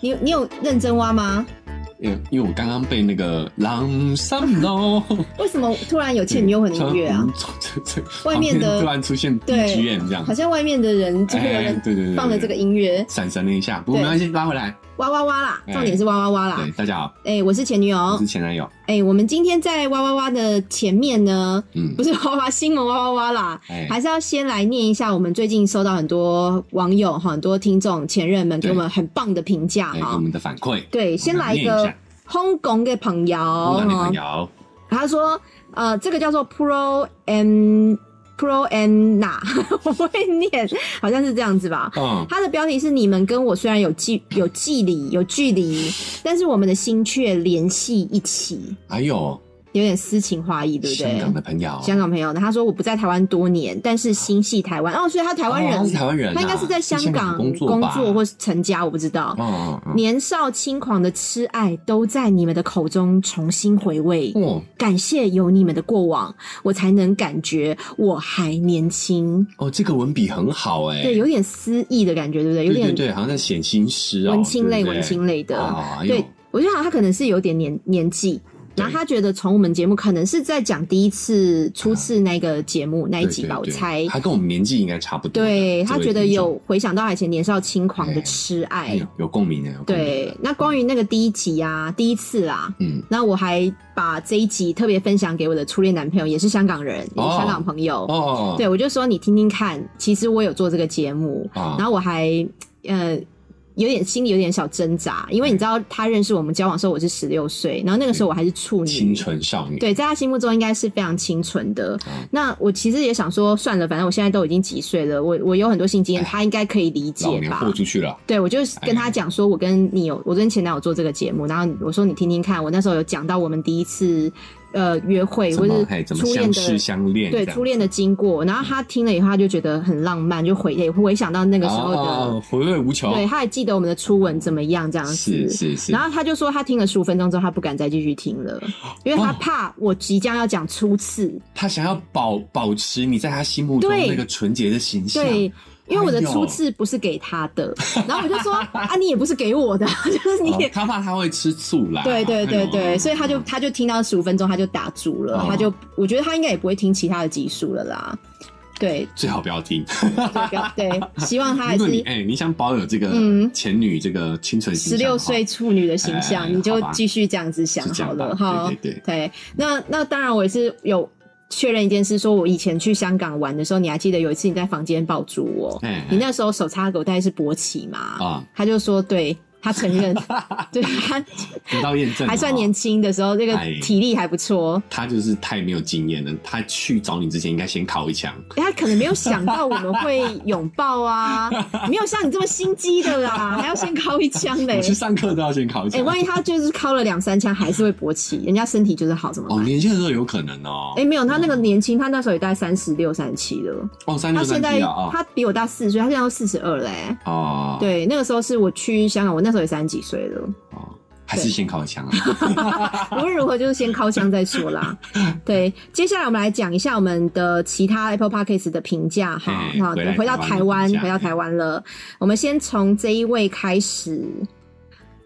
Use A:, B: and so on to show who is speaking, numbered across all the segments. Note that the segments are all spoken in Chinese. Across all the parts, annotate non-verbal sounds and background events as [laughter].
A: 你有认真挖吗？
B: 因为因为我刚刚被那个朗上
A: [laughs]
B: 喽，
A: 为什么突然有倩女幽魂的音乐啊？
B: 从，从从从
A: 外面的
B: 突然出现 BGM 这样
A: 好，像外面的人就会有
B: 哎，
A: 人
B: 对对对，
A: 放了这个音乐，
B: 闪闪了一下，不过没
A: 对
B: 关系，拉回来。
A: 哇哇哇啦！
B: 哎
A: 重点是哇哇哇啦
B: 对，！大家好，
A: 哎、我是前女友
B: 我。是前男友，
A: 哎、我们今天在哇哇哇的前面呢，
B: 嗯
A: 不，是哇哇新闻哇哇哇啦，
B: 哎，
A: 还是要先来念一下我们最近收到很多网友、很多听众、前任们给
B: 对
A: 我们很棒的评价
B: 哎，给我
A: 哈。
B: 们的反馈，
A: 对，先来一个香港的朋友
B: 我们
A: 哈
B: 朋，友，
A: 他说呃，这个叫做 Pro M Pro Anna，我 [laughs] 不会念，好像是这样子吧。
B: 嗯，
A: 它的标题是“你们跟我虽然有距有距离有距离，但是我们的心却联系一起”，
B: 还有
A: 有点诗情画意，对不对
B: 香？港的朋友，
A: 香港朋友呢，他说我不在台湾多年，但是心系台湾。哦，所以他台湾
B: 哦他
A: 人，
B: 是台湾人啊，
A: 他应该是在香港
B: 工作
A: 工
B: 吧
A: 作或是成家，我不知道。
B: 嗯嗯
A: 年少轻狂的痴爱，都在你们的口中重新回味。
B: 嗯，哦
A: 感谢有你们的过往，我才能感觉我还年轻。
B: 哦，这个文笔很好哎，
A: 对，有点诗意的感觉，对不对？有
B: 对对
A: 点
B: 对，好像在写新诗哦，
A: 文青类、
B: 对不对
A: 文青类的。
B: 啊，哎呦
A: 对，我觉得好像他可能是有点年年纪，
B: 对
A: 然后他觉得从我们节目可能是在讲第一次、初次那个节目那一集吧，我
B: 对对对
A: 猜。
B: 他跟我们年纪应该差不多的。
A: 对他
B: 这位
A: 觉得
B: 听众
A: 有回想到以前年少轻狂的
B: 哎
A: 痴
B: 哎
A: 爱
B: 呦。有共鸣的，有共鸣，
A: 对，那关于那个第一集啊，第一次啦，
B: 嗯，
A: 那我还把这一集特别分享给我的初恋男朋友，也是香港人，也是
B: 哦
A: 香港朋友。
B: 哦，
A: 对，我就说你听听看，其实我有做这个节目，
B: 啊，
A: 然后我还呃有点心里有点小挣扎，因为你知道他认识我们交往的时候我是十六岁，然后那个时候我还是处
B: 清
A: 女，
B: 纯少女，
A: 对，在他心目中应该是非常清纯的
B: 嗯。
A: 那我其实也想说，算了，反正我现在都已经几岁了，我我有很多性经验，
B: 哎
A: 他应该可以理
B: 老
A: 解
B: 年
A: 吧
B: 豁。出去了，
A: 对，我就跟他讲说，我跟你有，我跟前男友做这个节目，然后我说你听听看，我那时候有讲到我们第一次呃约会
B: 怎
A: 或
B: 么
A: 是
B: 嘿，怎么
A: 初恋
B: 相
A: 的
B: 识相恋这
A: 对
B: 样，
A: 初恋的经过，然后他听了以后，他就觉得很浪漫，就回也回想到那个时候的，
B: 哦，回味无穷，
A: 对，他还记得我们的初吻怎么样这样
B: 是
A: 子。
B: 是是，
A: 然后他就说，他听了十五分钟之后，他不敢再继续听了，因为他
B: 哦
A: 怕我即将要讲初次。
B: 他想要保保持你在他心目中
A: 对
B: 那个纯洁的形象，
A: 对，因为我的
B: 哎呦
A: 初次不是给他的，然后我
B: [laughs]
A: 就说啊，你也不是给我的， [laughs] 就是你
B: 哦
A: 也。
B: 他怕他会吃醋啦，
A: 对对对
B: 哎
A: 对，
B: 呦
A: 所以他就他就听到十五分钟，他就打住了，
B: 哦
A: 他就我觉得他应该也不会听其他的集数了啦。对，
B: [laughs] 最好不要听。
A: 所以不要对，希望他还
B: 如果你
A: 是
B: 哎、你想保有这个
A: 嗯
B: 前女这个清纯形
A: 十
B: 象的
A: 六
B: 话，
A: 岁处女的形象，
B: 哎
A: 你就
B: 好吧
A: 继续这样子想
B: 是这
A: 好
B: 样
A: 了
B: 吧
A: 哈。
B: 对对对，
A: 对，那那当然，我也是有确认一件事，说我以前去香港玩的时候，你还记得有一次你在房间抱住我，
B: 哎
A: 你那时候手插狗带是勃起嘛？
B: 啊，
A: 他就说对。他承
B: [laughs]
A: 认，对他
B: 得到验证了
A: 还算
B: 哦
A: 年轻的时候，这个
B: 哎
A: 体力还不错。
B: 他就是太没有经验了。他去找你之前，应该先敲一枪。
A: 他可能没有想到我们会拥抱
B: [laughs]
A: 啊，没有像你这么心机的啦，还要先敲一枪嘞
B: 我。去上课都要先敲一
A: 哎、
B: 枪。
A: 万一他就是敲了两三枪还是会勃起，人家身体就是好，怎么
B: 哦，
A: 办？
B: 年轻的时候有可能哦。
A: 哎、没有，他那个年轻，他那时候也大概三十六、三十七了。
B: 哦，三
A: 他
B: 六
A: 现
B: 三
A: 在
B: 七啊啊
A: 他比我大四岁，他现在都四十二嘞。
B: 哦，，
A: 对，那个时候是我去香港，我那时候也三十几岁了。
B: 哦，还是先敲一枪啊。
A: 无论如何，就是先敲枪再说
B: [laughs]
A: 啦。对，接下来我们来讲一下我们的其他 Apple Podcast 的评价哈。
B: 哎
A: 好
B: 回来，
A: 回到台
B: 台
A: 湾
B: 湾的评，价
A: 回到台湾了。我们先从这一位开始，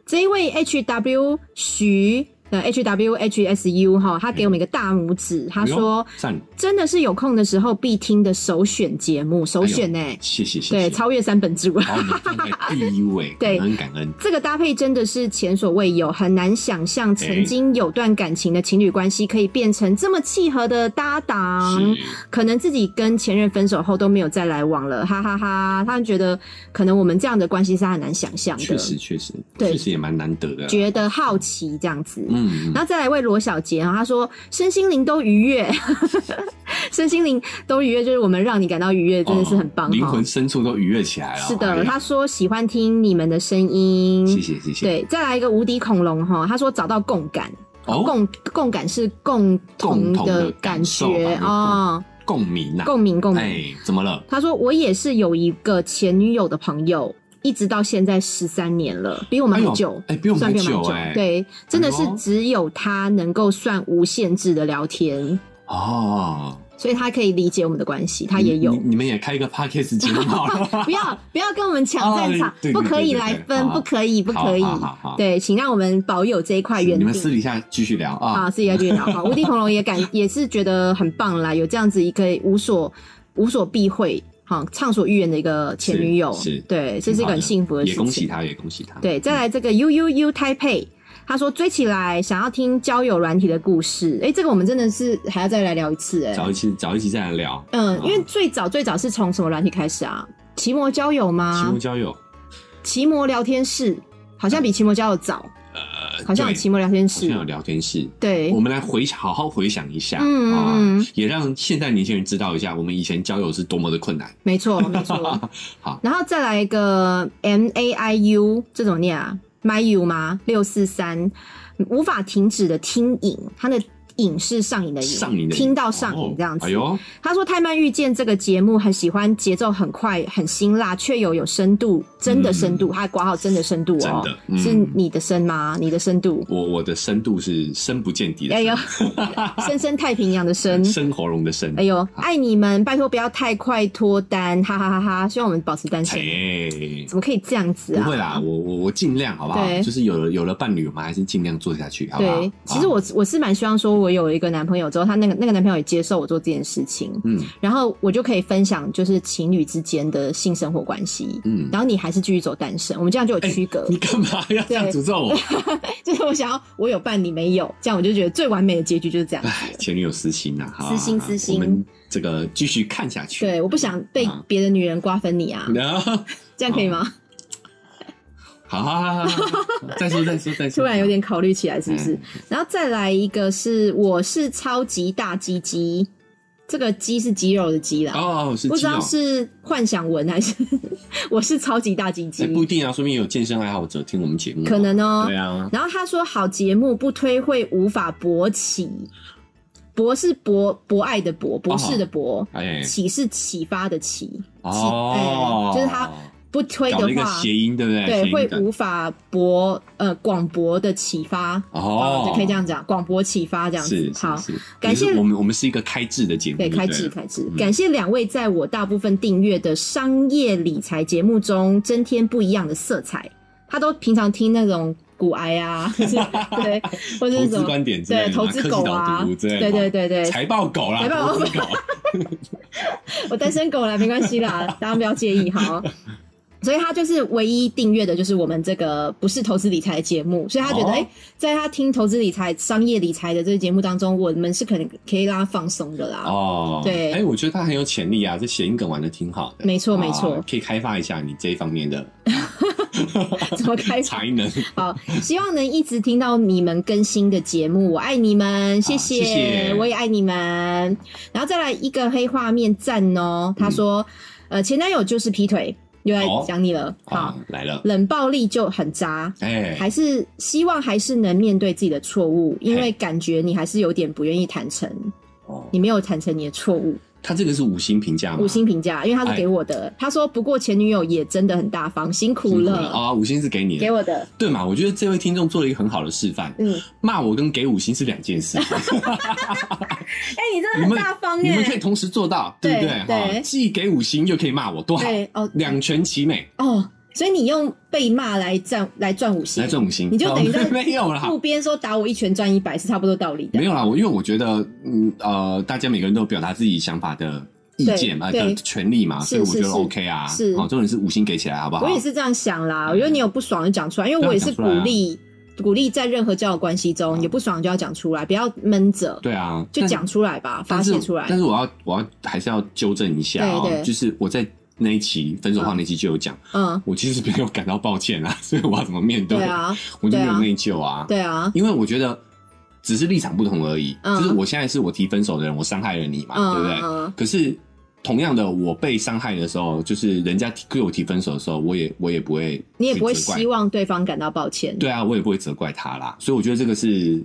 A: 这一位 H W 徐。呃，H W H S U 哈，他给我们一个大拇指，他说
B: 哎呦赞，
A: 真的是有空的时候必听的首选节目，首选呢、
B: 谢哎谢谢谢。
A: 对，超越三本柱。
B: 把我们放在第一位，
A: [laughs] 对
B: 感恩感恩。
A: 这个搭配真的是前所未有，很难想象曾经有段感情的情侣关系可以变成这么契合的搭档。
B: 是，
A: 可能自己跟前任分手后都没有再来往了，哈哈哈他们觉得可能我们这样的关系是他很难想象
B: 确
A: 的，
B: 实确实，
A: 对
B: 确实也蛮难得的。啊
A: 觉得好奇这样子。
B: 嗯，嗯
A: 然后再来一位罗小杰哈，他说身心灵都愉悦， [laughs] 身心灵都愉悦，就是我们让你感到愉悦，真的是很棒
B: 哦灵
A: 哈
B: 魂。深处都愉悦起来了。
A: 是
B: 哎
A: 的，
B: 呀
A: 他说喜欢听你们的声音，
B: 谢谢谢谢。，
A: 对，再来一个无敌恐龙哈，他说找到共感，
B: 哦，
A: 共共感是共同
B: 共同
A: 的
B: 的
A: 感
B: 感受吧
A: 觉
B: 有共
A: 哦，
B: 共鸣呐。
A: 共鸣共鸣。
B: 哎，怎么了？
A: 他说我也是有一个前女友的朋友，一直到现在十三年了，比我们
B: 哎呦
A: 还久，
B: 哎，比我们
A: 算
B: 还
A: 比我
B: 久
A: 们
B: 哎。，
A: 对，真的是
B: 哎呦哎
A: 只有他能够算无限制的聊天，
B: 哦，
A: 所以他可以理解我们的关系，他也有。
B: 你。你们也开一个 podcast 节目好了
A: 不要不要跟我们抢战场
B: 哦对对，对
A: 不可以
B: 对对
A: 来
B: 对
A: 分，
B: 好
A: 不可 [laughs] 以，不可以
B: 好好好。
A: 对，请让我们保有这一块原
B: 你们私
A: 地。
B: 底下继续聊啊。
A: 啊，自己来去聊。好，无敌恐龙也
B: [laughs]
A: 感也是觉得很棒啦，有这样子一个无所无所避讳，好畅所欲言的一个前女友
B: 是是，
A: 对，这是一个很幸福的事
B: 也
A: 情。
B: 恭喜他，也恭喜他。
A: 对，再来这个 U U U 台配，他说追起来想要听交友软体的故事，诶，这个我们真的是还要再来聊一次、诶。
B: 找一期找一期再来聊。
A: 嗯，
B: 好
A: 因为最早最早是从什么软体开始啊？奇摩交友
B: 期
A: 吗
B: 末？交友，
A: 奇摩聊天室好像比奇摩交友早，
B: 呃，
A: 好像有
B: 对
A: 奇摩聊天
B: 好像
A: 室
B: 有，聊天室。
A: 对
B: 我，们来回好好回想一下
A: 嗯
B: 啊、
A: 嗯嗯
B: 也让现在年轻人知道一下，我们以前交友是多么的困难。
A: 没
B: [laughs]
A: 错没错。
B: 好，
A: 然后再来一个 M A I U 这种念啊，My U 吗？六四三，无法停止的听瘾，它的瘾是上瘾的瘾，
B: 上瘾的
A: 听到上瘾
B: 哦
A: 这样子。
B: 哎呦，
A: 他说《太慢遇见》这个节目很喜欢，节奏很快，很辛辣，却又有深度，真的深度。他挂号真的深度哦，
B: 嗯真的嗯
A: 是你的深吗？你的深
B: [laughs]
A: 度，
B: 我我的深度是深不见底的
A: 哎呦
B: 深，，
A: 深深太平洋的
B: [laughs]
A: 深。
B: 深喉咙的深。
A: 哎呦，爱你们，拜托不要太快脱单，哈哈哈哈！希望我们保持单身，
B: 哎，
A: 怎么可以这样子
B: 不
A: 啊？
B: 会啦，我我我尽量好不好？
A: 对
B: 就是有了有了伴侣，我们还是尽量做下去，好不好？
A: 对
B: 啊，
A: 其实我我是蛮希望说，我有一个男朋友之后，他那个那个男朋友也接受我做这件事情，
B: 嗯
A: 然后我就可以分享就是情侣之间的性生活关系， [laughs]
B: 嗯，
A: 然后你还是继续走单身，我们这样就有区隔。
B: 哎你干嘛要这样诅咒我？
A: [laughs] 就是我想要我有伴你没有，这样我就觉得最完美的结局就是这样。
B: 哎，前女友私心呐，好
A: 私心
B: 好
A: 私心
B: 我们这个继续看下去。
A: 对，我不想被别的女人瓜分你啊，
B: 然后，
A: 这样可以
B: 嗯
A: 吗？
B: [laughs] 好好好好好，再说再说再说。
A: [laughs] [laughs] 突然有点考虑起来，是不
B: 嗯
A: 是？然后再来一个是我是超级大鸡鸡，这个鸡是肌肉的鸡啦，
B: 哦，是
A: 不知
B: 肌
A: 道
B: 肉
A: 是幻想文还是 [laughs] 我是超级大鸡
B: 哎
A: 鸡，
B: 不一定啊，说明有健身爱好者听我们节目，
A: 可能哦、
B: 对啊，
A: 然后他说好节目不推会无法勃起，博是博博爱的博，博士的博。
B: 哦哎，
A: 启是启发的启，
B: 哦，
A: 哎就是他不推
B: 搞
A: 的
B: 了一个
A: 话，
B: 谐音，对不对？谐
A: 对
B: 音
A: 会
B: 梗
A: 无法博呃广博的启发啊
B: 哦，
A: 就可以这样讲，广博启发这样子
B: 是。
A: 好，
B: 是是
A: 感谢
B: 也是我们，我们是一个开智的节目，
A: 对，
B: 对不对，
A: 开智开智，
B: 嗯
A: 感谢两位在我大部分订阅的商业理财节目中增添不一样的色彩。他都平常听那种股癌啊，
B: [laughs]
A: 或是对，或者
B: 投
A: 是什
B: 资
A: 么
B: 观点之类的
A: 对
B: 嘛，
A: 投资狗啊
B: 科技导读之，类的
A: 对
B: 嘛
A: 对对对，哎
B: 财报狗啦，
A: 财报
B: 投
A: 狗
B: 资
A: [laughs]
B: 狗，
A: 我单身狗啦，没关系
B: [laughs]
A: 啦，大家不要介意哈。所以他就是唯一订阅的，就是我们这个不是投资理财的节目，所以他觉得，
B: 哦
A: 哎、在他听投资理财、商业理财的这个节目当中，我们是可能可以让他放松的啦。
B: 哦，
A: 对
B: 哎，我觉得他很有潜力啊，这谐音梗玩的挺好的，
A: 没错没
B: 啊
A: 错 [laughs]
B: 可以开发一下你这一方面的
A: 怎么开
B: 才能，
A: [laughs] 好，希望能一直听到你们更新的节目，我爱你们，谢谢，
B: 好谢谢
A: 我也爱你们。然后再来一个黑画面赞哦，他说，呃，前男友就是劈腿，又来
B: 哦
A: 讲你了，好
B: 啊，，来了，
A: 冷暴力就很渣，
B: 哎，
A: 还是希望还是能面对自己的错误，因为感觉你还是有点不愿意坦诚，
B: 哦
A: 你没有坦诚你的错误。
B: 他这个是五星评价吗？
A: 五星评价，因为他是
B: 哎
A: 给我的，他说不过前女友也真的很大方，辛苦
B: 辛苦
A: 了，哦
B: 啊，五星是给你
A: 给
B: 的，
A: 我的，
B: 对嘛？我觉得这位听众做了一个很好的示范，
A: 嗯，
B: 骂我跟给五星是两
A: [laughs]
B: 件事，
A: 哎、你真的
B: 你
A: 很
B: 们
A: 大方
B: 你
A: 哎、
B: 们可以同时做到，
A: 对
B: 对不对？
A: 对
B: 哈，既给五星又可以骂我，多好，
A: 对哦
B: 两全其美，
A: 哦，所以你用被骂来赚来赚五星
B: 来，赚五星，
A: 你就等于在
B: 哦 [laughs] 没有啦，
A: 路边说打我一拳赚一百是差不多道理的
B: 没，有啦，我因为我觉得，嗯呃，大家每个人都有表达自己想法的意见嘛，
A: 对
B: 的
A: 对
B: 权利嘛，
A: 是
B: 所以我觉
A: 是
B: 得
A: 是
B: OK 啊。
A: 是
B: 好，重点是五星给起来，好不好？
A: 我也是这样想啦，我觉得你有不爽就讲出来，因为我也
B: 嗯
A: 是鼓
B: 啊
A: 励、鼓励在任何交友关系中，有不爽就要讲出来，不要闷着，
B: 对啊，
A: 就
B: 但
A: 讲出来吧，发
B: 但是
A: 泄出来
B: 但。是我要我要还是要纠正一下
A: 对
B: 哦
A: 对，
B: 就是我在那一期分手话
A: 嗯
B: 那期就有讲，
A: 嗯，
B: 我其实没有感到抱歉啊， [laughs] 所以我要怎么面
A: 对啊，
B: 我就没
A: 对
B: 有
A: 啊
B: 内疚啊，
A: 对啊，
B: 因为我觉得只是立场不同而已，
A: 嗯
B: 就是我现在是我提分手的人，我伤害了你嘛，
A: 嗯
B: 对不对？
A: 嗯
B: 可是同样的，我被伤害的时候，就是人家提对我提分手的时候，我也我也不会，
A: 你也不会
B: 责怪
A: 希望对方感到抱歉。
B: 对啊，我也不会责怪他啦。所以我觉得这个是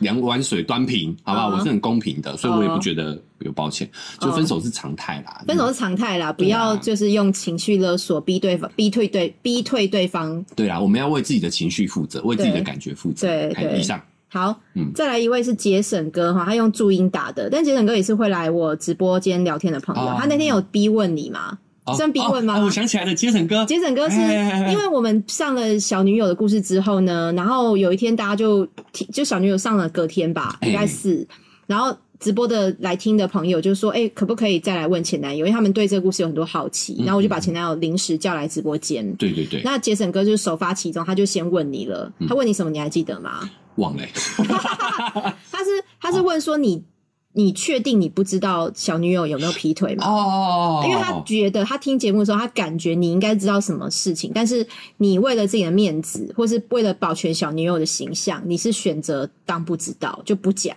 B: 两碗水端平，好不好？
A: 嗯
B: 我是很公平的，所以我也
A: 哦
B: 不觉得有抱歉。就分手是常态啦，
A: 啊分手是常态啦，不
B: 对啊
A: 要就是用情绪勒索逼对方、逼退对、逼退对方。
B: 对啦，我们要为自己的情绪负责，为自己的感觉负责。
A: 对
B: 哎
A: 对
B: 以上
A: 好，
B: 嗯
A: 再来一位是杰森哥哈，他用注音打的，但杰森哥也是会来我直播间聊天的朋友。
B: 哦
A: 他那天有逼问你吗？
B: 哦
A: 算逼问吗
B: 哦啊我想起来了，杰森哥，
A: 杰森哥是
B: 哎哎哎哎
A: 因为我们上了小女友的故事之后呢，然后有一天大家就听就小女友上了隔天吧，
B: 哎
A: 礼拜四，然后直播的来听的朋友就说，哎、可不可以再来问前男友？因为他们对这个故事有很多好奇，
B: 嗯
A: 然后我就把前男友临时叫来直播间。
B: 对对对，
A: 那杰森哥就是首发其中，他就先问你了，
B: 嗯
A: 他问你什么，你还记得吗？
B: 忘了欸，
A: 他是他
B: 哦
A: 是问说你你确定你不知道小女友有没有劈腿吗？
B: 哦，
A: 因为他觉得他听节目的时候，他感觉你应该知道什么事情，但是你为了自己的面子，或是为了保全小女友的形象，你是选择当不知道就不讲。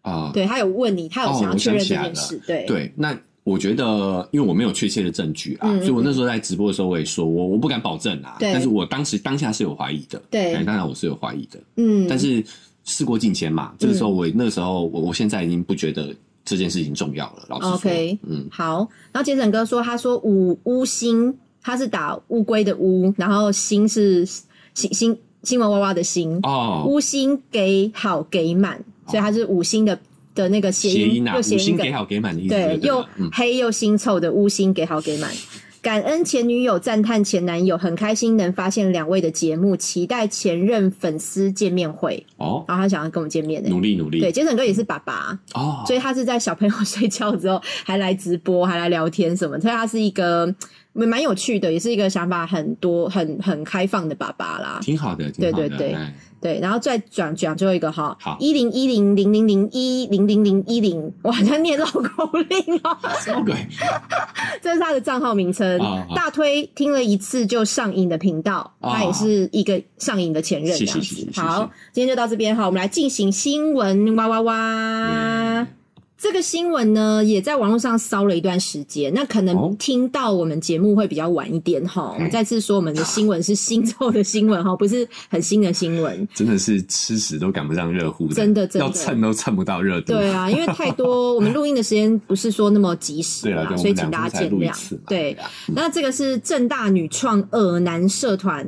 B: 啊，
A: 对他有问你，他有
B: 哦
A: 想要
B: 我
A: 确认
B: 想起
A: 这
B: 来
A: 件
B: 了
A: 事，对
B: 对，那我觉得，因为我没有确切的证据啊，
A: 嗯
B: 所以我那时候在直播的时候，我也说我我不敢保证啊，
A: 对
B: 但是我当时当下是有怀疑的，
A: 对
B: 哎当然我是有怀疑的，
A: 嗯，
B: 但是事过境迁嘛，这个时候我那时候我我现在已经不觉得这件事情重要了，老实说
A: 哦 OK
B: 嗯，
A: 好，然后杰森哥说，他说五乌星，他是打乌龟的乌，然后星是星星新闻娃娃的星，
B: 哦，
A: 五星给好给满，所以它是五星的的那个谐
B: 谐音啊，
A: 又
B: 五
A: 谐音
B: 星
A: 梗
B: 给，好给满的意思，
A: 对，
B: 对
A: 又
B: 了，嗯，
A: 黑又腥臭的五星给好给满。感恩前女友，赞叹前男友，很开心能发现两位的节目，期待前任粉丝见面会。
B: 哦，
A: 然后他想要跟我们见面呢、
B: 努力努力，
A: 对，杰森哥也是爸爸，
B: 哦，
A: 所以他是在小朋友睡觉之后还来直播， [laughs] 还来聊天什么，所以他是一个嗯蛮蛮有趣的，也是一个想法很多、很很开放的爸爸啦。
B: 挺好的，
A: 对
B: 挺好的，
A: 对对
B: 哎
A: 对，然后再转讲最后一个哈，
B: 好
A: 一零一零零零零一零零零一零，我好像念绕口令哦，
B: 什么鬼？
A: [laughs] 这是他的账号名称。
B: 啊啊
A: 大推听了一次就上瘾的频道，
B: 啊
A: 他也是一个上瘾的前任这
B: 是
A: 样
B: 是是
A: 子
B: 是。是
A: 好，今天就到这边哈，我们来进行新闻哇哇哇。
B: 嗯
A: 这个新闻呢，也在网络上烧了一段时间。那可
B: 哦
A: 能听到我们节目会比较晚一点哈。我们
B: 嗯
A: 再次说，我们的新闻是新旧的新闻哈，不是很新的新闻。
B: 真的是吃屎都赶不上热乎的，
A: 真的真的
B: 要蹭都蹭不到热度。
A: 对啊，因为太多，我们录音的时间不是说那么及时
B: [laughs] 对了，
A: 嘛，
B: 对
A: 所以
B: 我
A: 请
B: 们两
A: 大
B: 天
A: 家
B: 才
A: 见
B: 录一
A: 谅
B: 次嘛。
A: 对
B: 啊，
A: 那这个是正大女创尔男社团。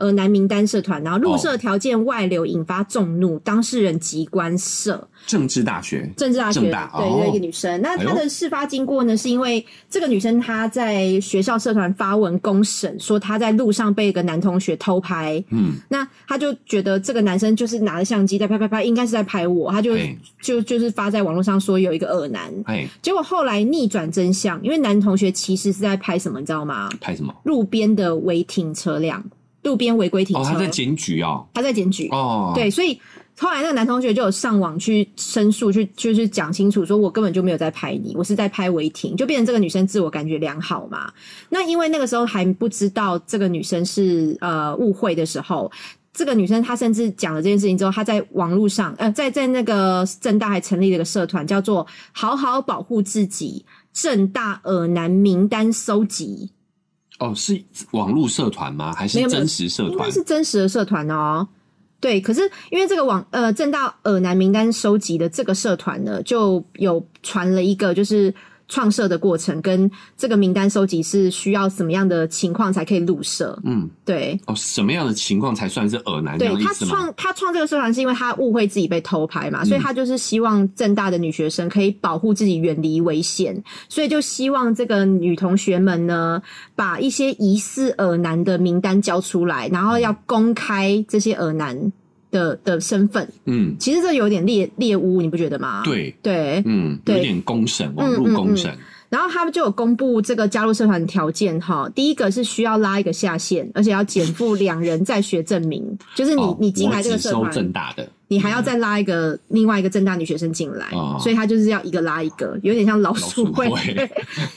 A: 尔男名单社团，然后入社条件外流，引发众怒，当事人籍官社
B: 政治大学
A: 政治大学
B: 政大
A: 对
B: 哦
A: 对一个女生。那她
B: 哎
A: 的
B: 呦
A: 事发经过呢，是因为这个女生她在学校社团发文公审，说她在路上被一个男同学偷拍，
B: 嗯，
A: 那他就觉得这个男生就是拿着相机在拍拍拍，应该是在拍我，他就
B: 对
A: 就就是发在网络上说有一个恶男，
B: 哎，
A: 结果后来逆转真相，因为男同学其实是在拍什么，你知道吗？
B: 拍什么？
A: 路边的违停车辆，路边违规停
B: 哦，
A: 车，
B: 他在检举哦，
A: 他在检举，
B: 哦，
A: 对，所以后来那个男同学就有上网去申诉，去就是讲清楚，说我根本就没有在拍你，我是在拍违停，就变成这个女生自我感觉良好嘛。那因为那个时候还不知道这个女生是呃误会的时候。这个女生她甚至讲了这件事情之后，她在网络上，呃，在在那个正大还成立了一个社团，叫做“好好保护自己正大耳男名单搜集
B: 哦，是网络社团吗？还
A: 没
B: 是
A: 有没有
B: 真实”，社
A: 应
B: 团
A: 该？是真实的社团哦。对，可是因为这个网呃正大耳男名单收集的这个社团呢，就有传了一个就是创社的过程，跟这个名单收集是需要什么样的情况才可以入社？
B: 嗯，
A: 对，
B: 哦，什么样的情况才算是耳男这
A: 对
B: 样的意
A: 他
B: 思吗？嗯
A: 创他创这个社团是因为他误会自己被偷拍嘛，所以他就是希望正大的女学生可以保护自己远离危险，所以就希望这个女同学们呢，把一些疑似耳男的名单交出来，然后要公开这些耳男的的身份。
B: 嗯，
A: 其实这有点猎猎巫，你不觉得吗？
B: 对，
A: 对，
B: 嗯，有
A: 对
B: 点公审，网络公审，
A: 然后他们就有公布这个加入社团的条件哈，第一个是需要拉一个下线，而且要减负两人在学证明，就是嗯你、
B: 哦
A: 你进来这个
B: 我只
A: 社
B: 收
A: 团，
B: 正大的，
A: 你还要再拉一个、另外一个正大女学生进来，
B: 嗯哦
A: 所以她就是要一个拉一个，有点像老鼠会。
B: 老鼠会 [laughs]
A: 对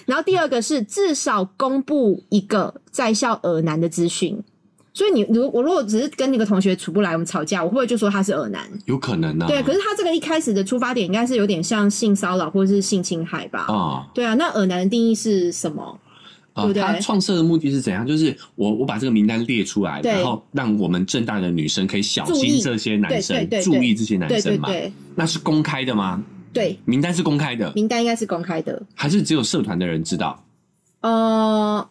A: 然后第二个是至少公布一个在校耳男的资讯。所以你如我如果只是跟那个同学处不来，我们吵架，我会不会就说他是耳男？
B: 有可能啊呢。
A: 对，可是他这个一开始的出发点应该是有点像性骚扰或是性侵害吧？
B: 啊，
A: 对啊，那耳男的定义是什么？
B: 啊
A: 对不，对
B: 他创设的目的是怎样？就是我我把这个名单列出来，
A: 对
B: 然后让我们正大的女生可以小
A: 注
B: 心
A: 意
B: 这些男
A: 对
B: 生
A: 对对，
B: 注意这些
A: 对
B: 男
A: 对
B: 生嘛。
A: 对
B: 那是公开的吗？
A: 对，
B: 名单是公开的，
A: 名单应该是公开的。
B: 还是只有社团的人知道？
A: 呃，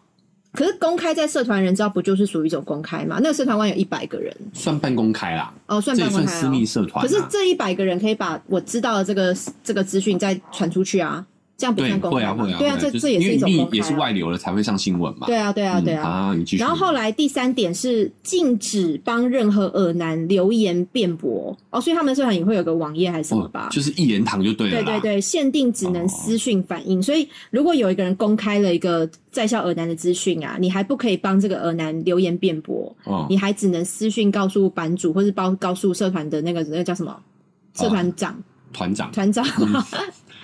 A: 可是公开在社团人知道，不就是属于一种公开嘛？那个社团官有一百个人，
B: 算半公开啦，
A: 哦，算
B: 这也
A: 半公
B: 算
A: 开、哦、
B: 私密社团、啊。
A: 可是这一百个人可以把我知道的这个这个资讯再传出去啊，这样不
B: 对，
A: 算公
B: 会
A: 开
B: 啊
A: 吗
B: 会啊，
A: 对啊，
B: 会
A: 这
B: 就
A: 这也是一
B: 因
A: 种
B: 为
A: 公
B: 你
A: 开、
B: 也是外流了才会上新闻嘛。
A: 对啊，对啊，
B: 嗯
A: 对啊。
B: 啊，你继续。
A: 然后后来第三点是禁止帮任何耳男留言辩驳哦，所以他们社团也会有个网页还是什么
B: 哦
A: 吧？
B: 就是一言堂就对了
A: 对
B: 啦。哦
A: 对对，限定只能私讯反应，所以如果有一个人公开了一个在校耳男的资讯啊，你还不可以帮这个耳男留言辩驳，
B: 哦，
A: 你还只能私讯告诉版主，或是包告诉社团的那个那个叫什么社团长、
B: 团
A: [laughs]
B: 长
A: 团长、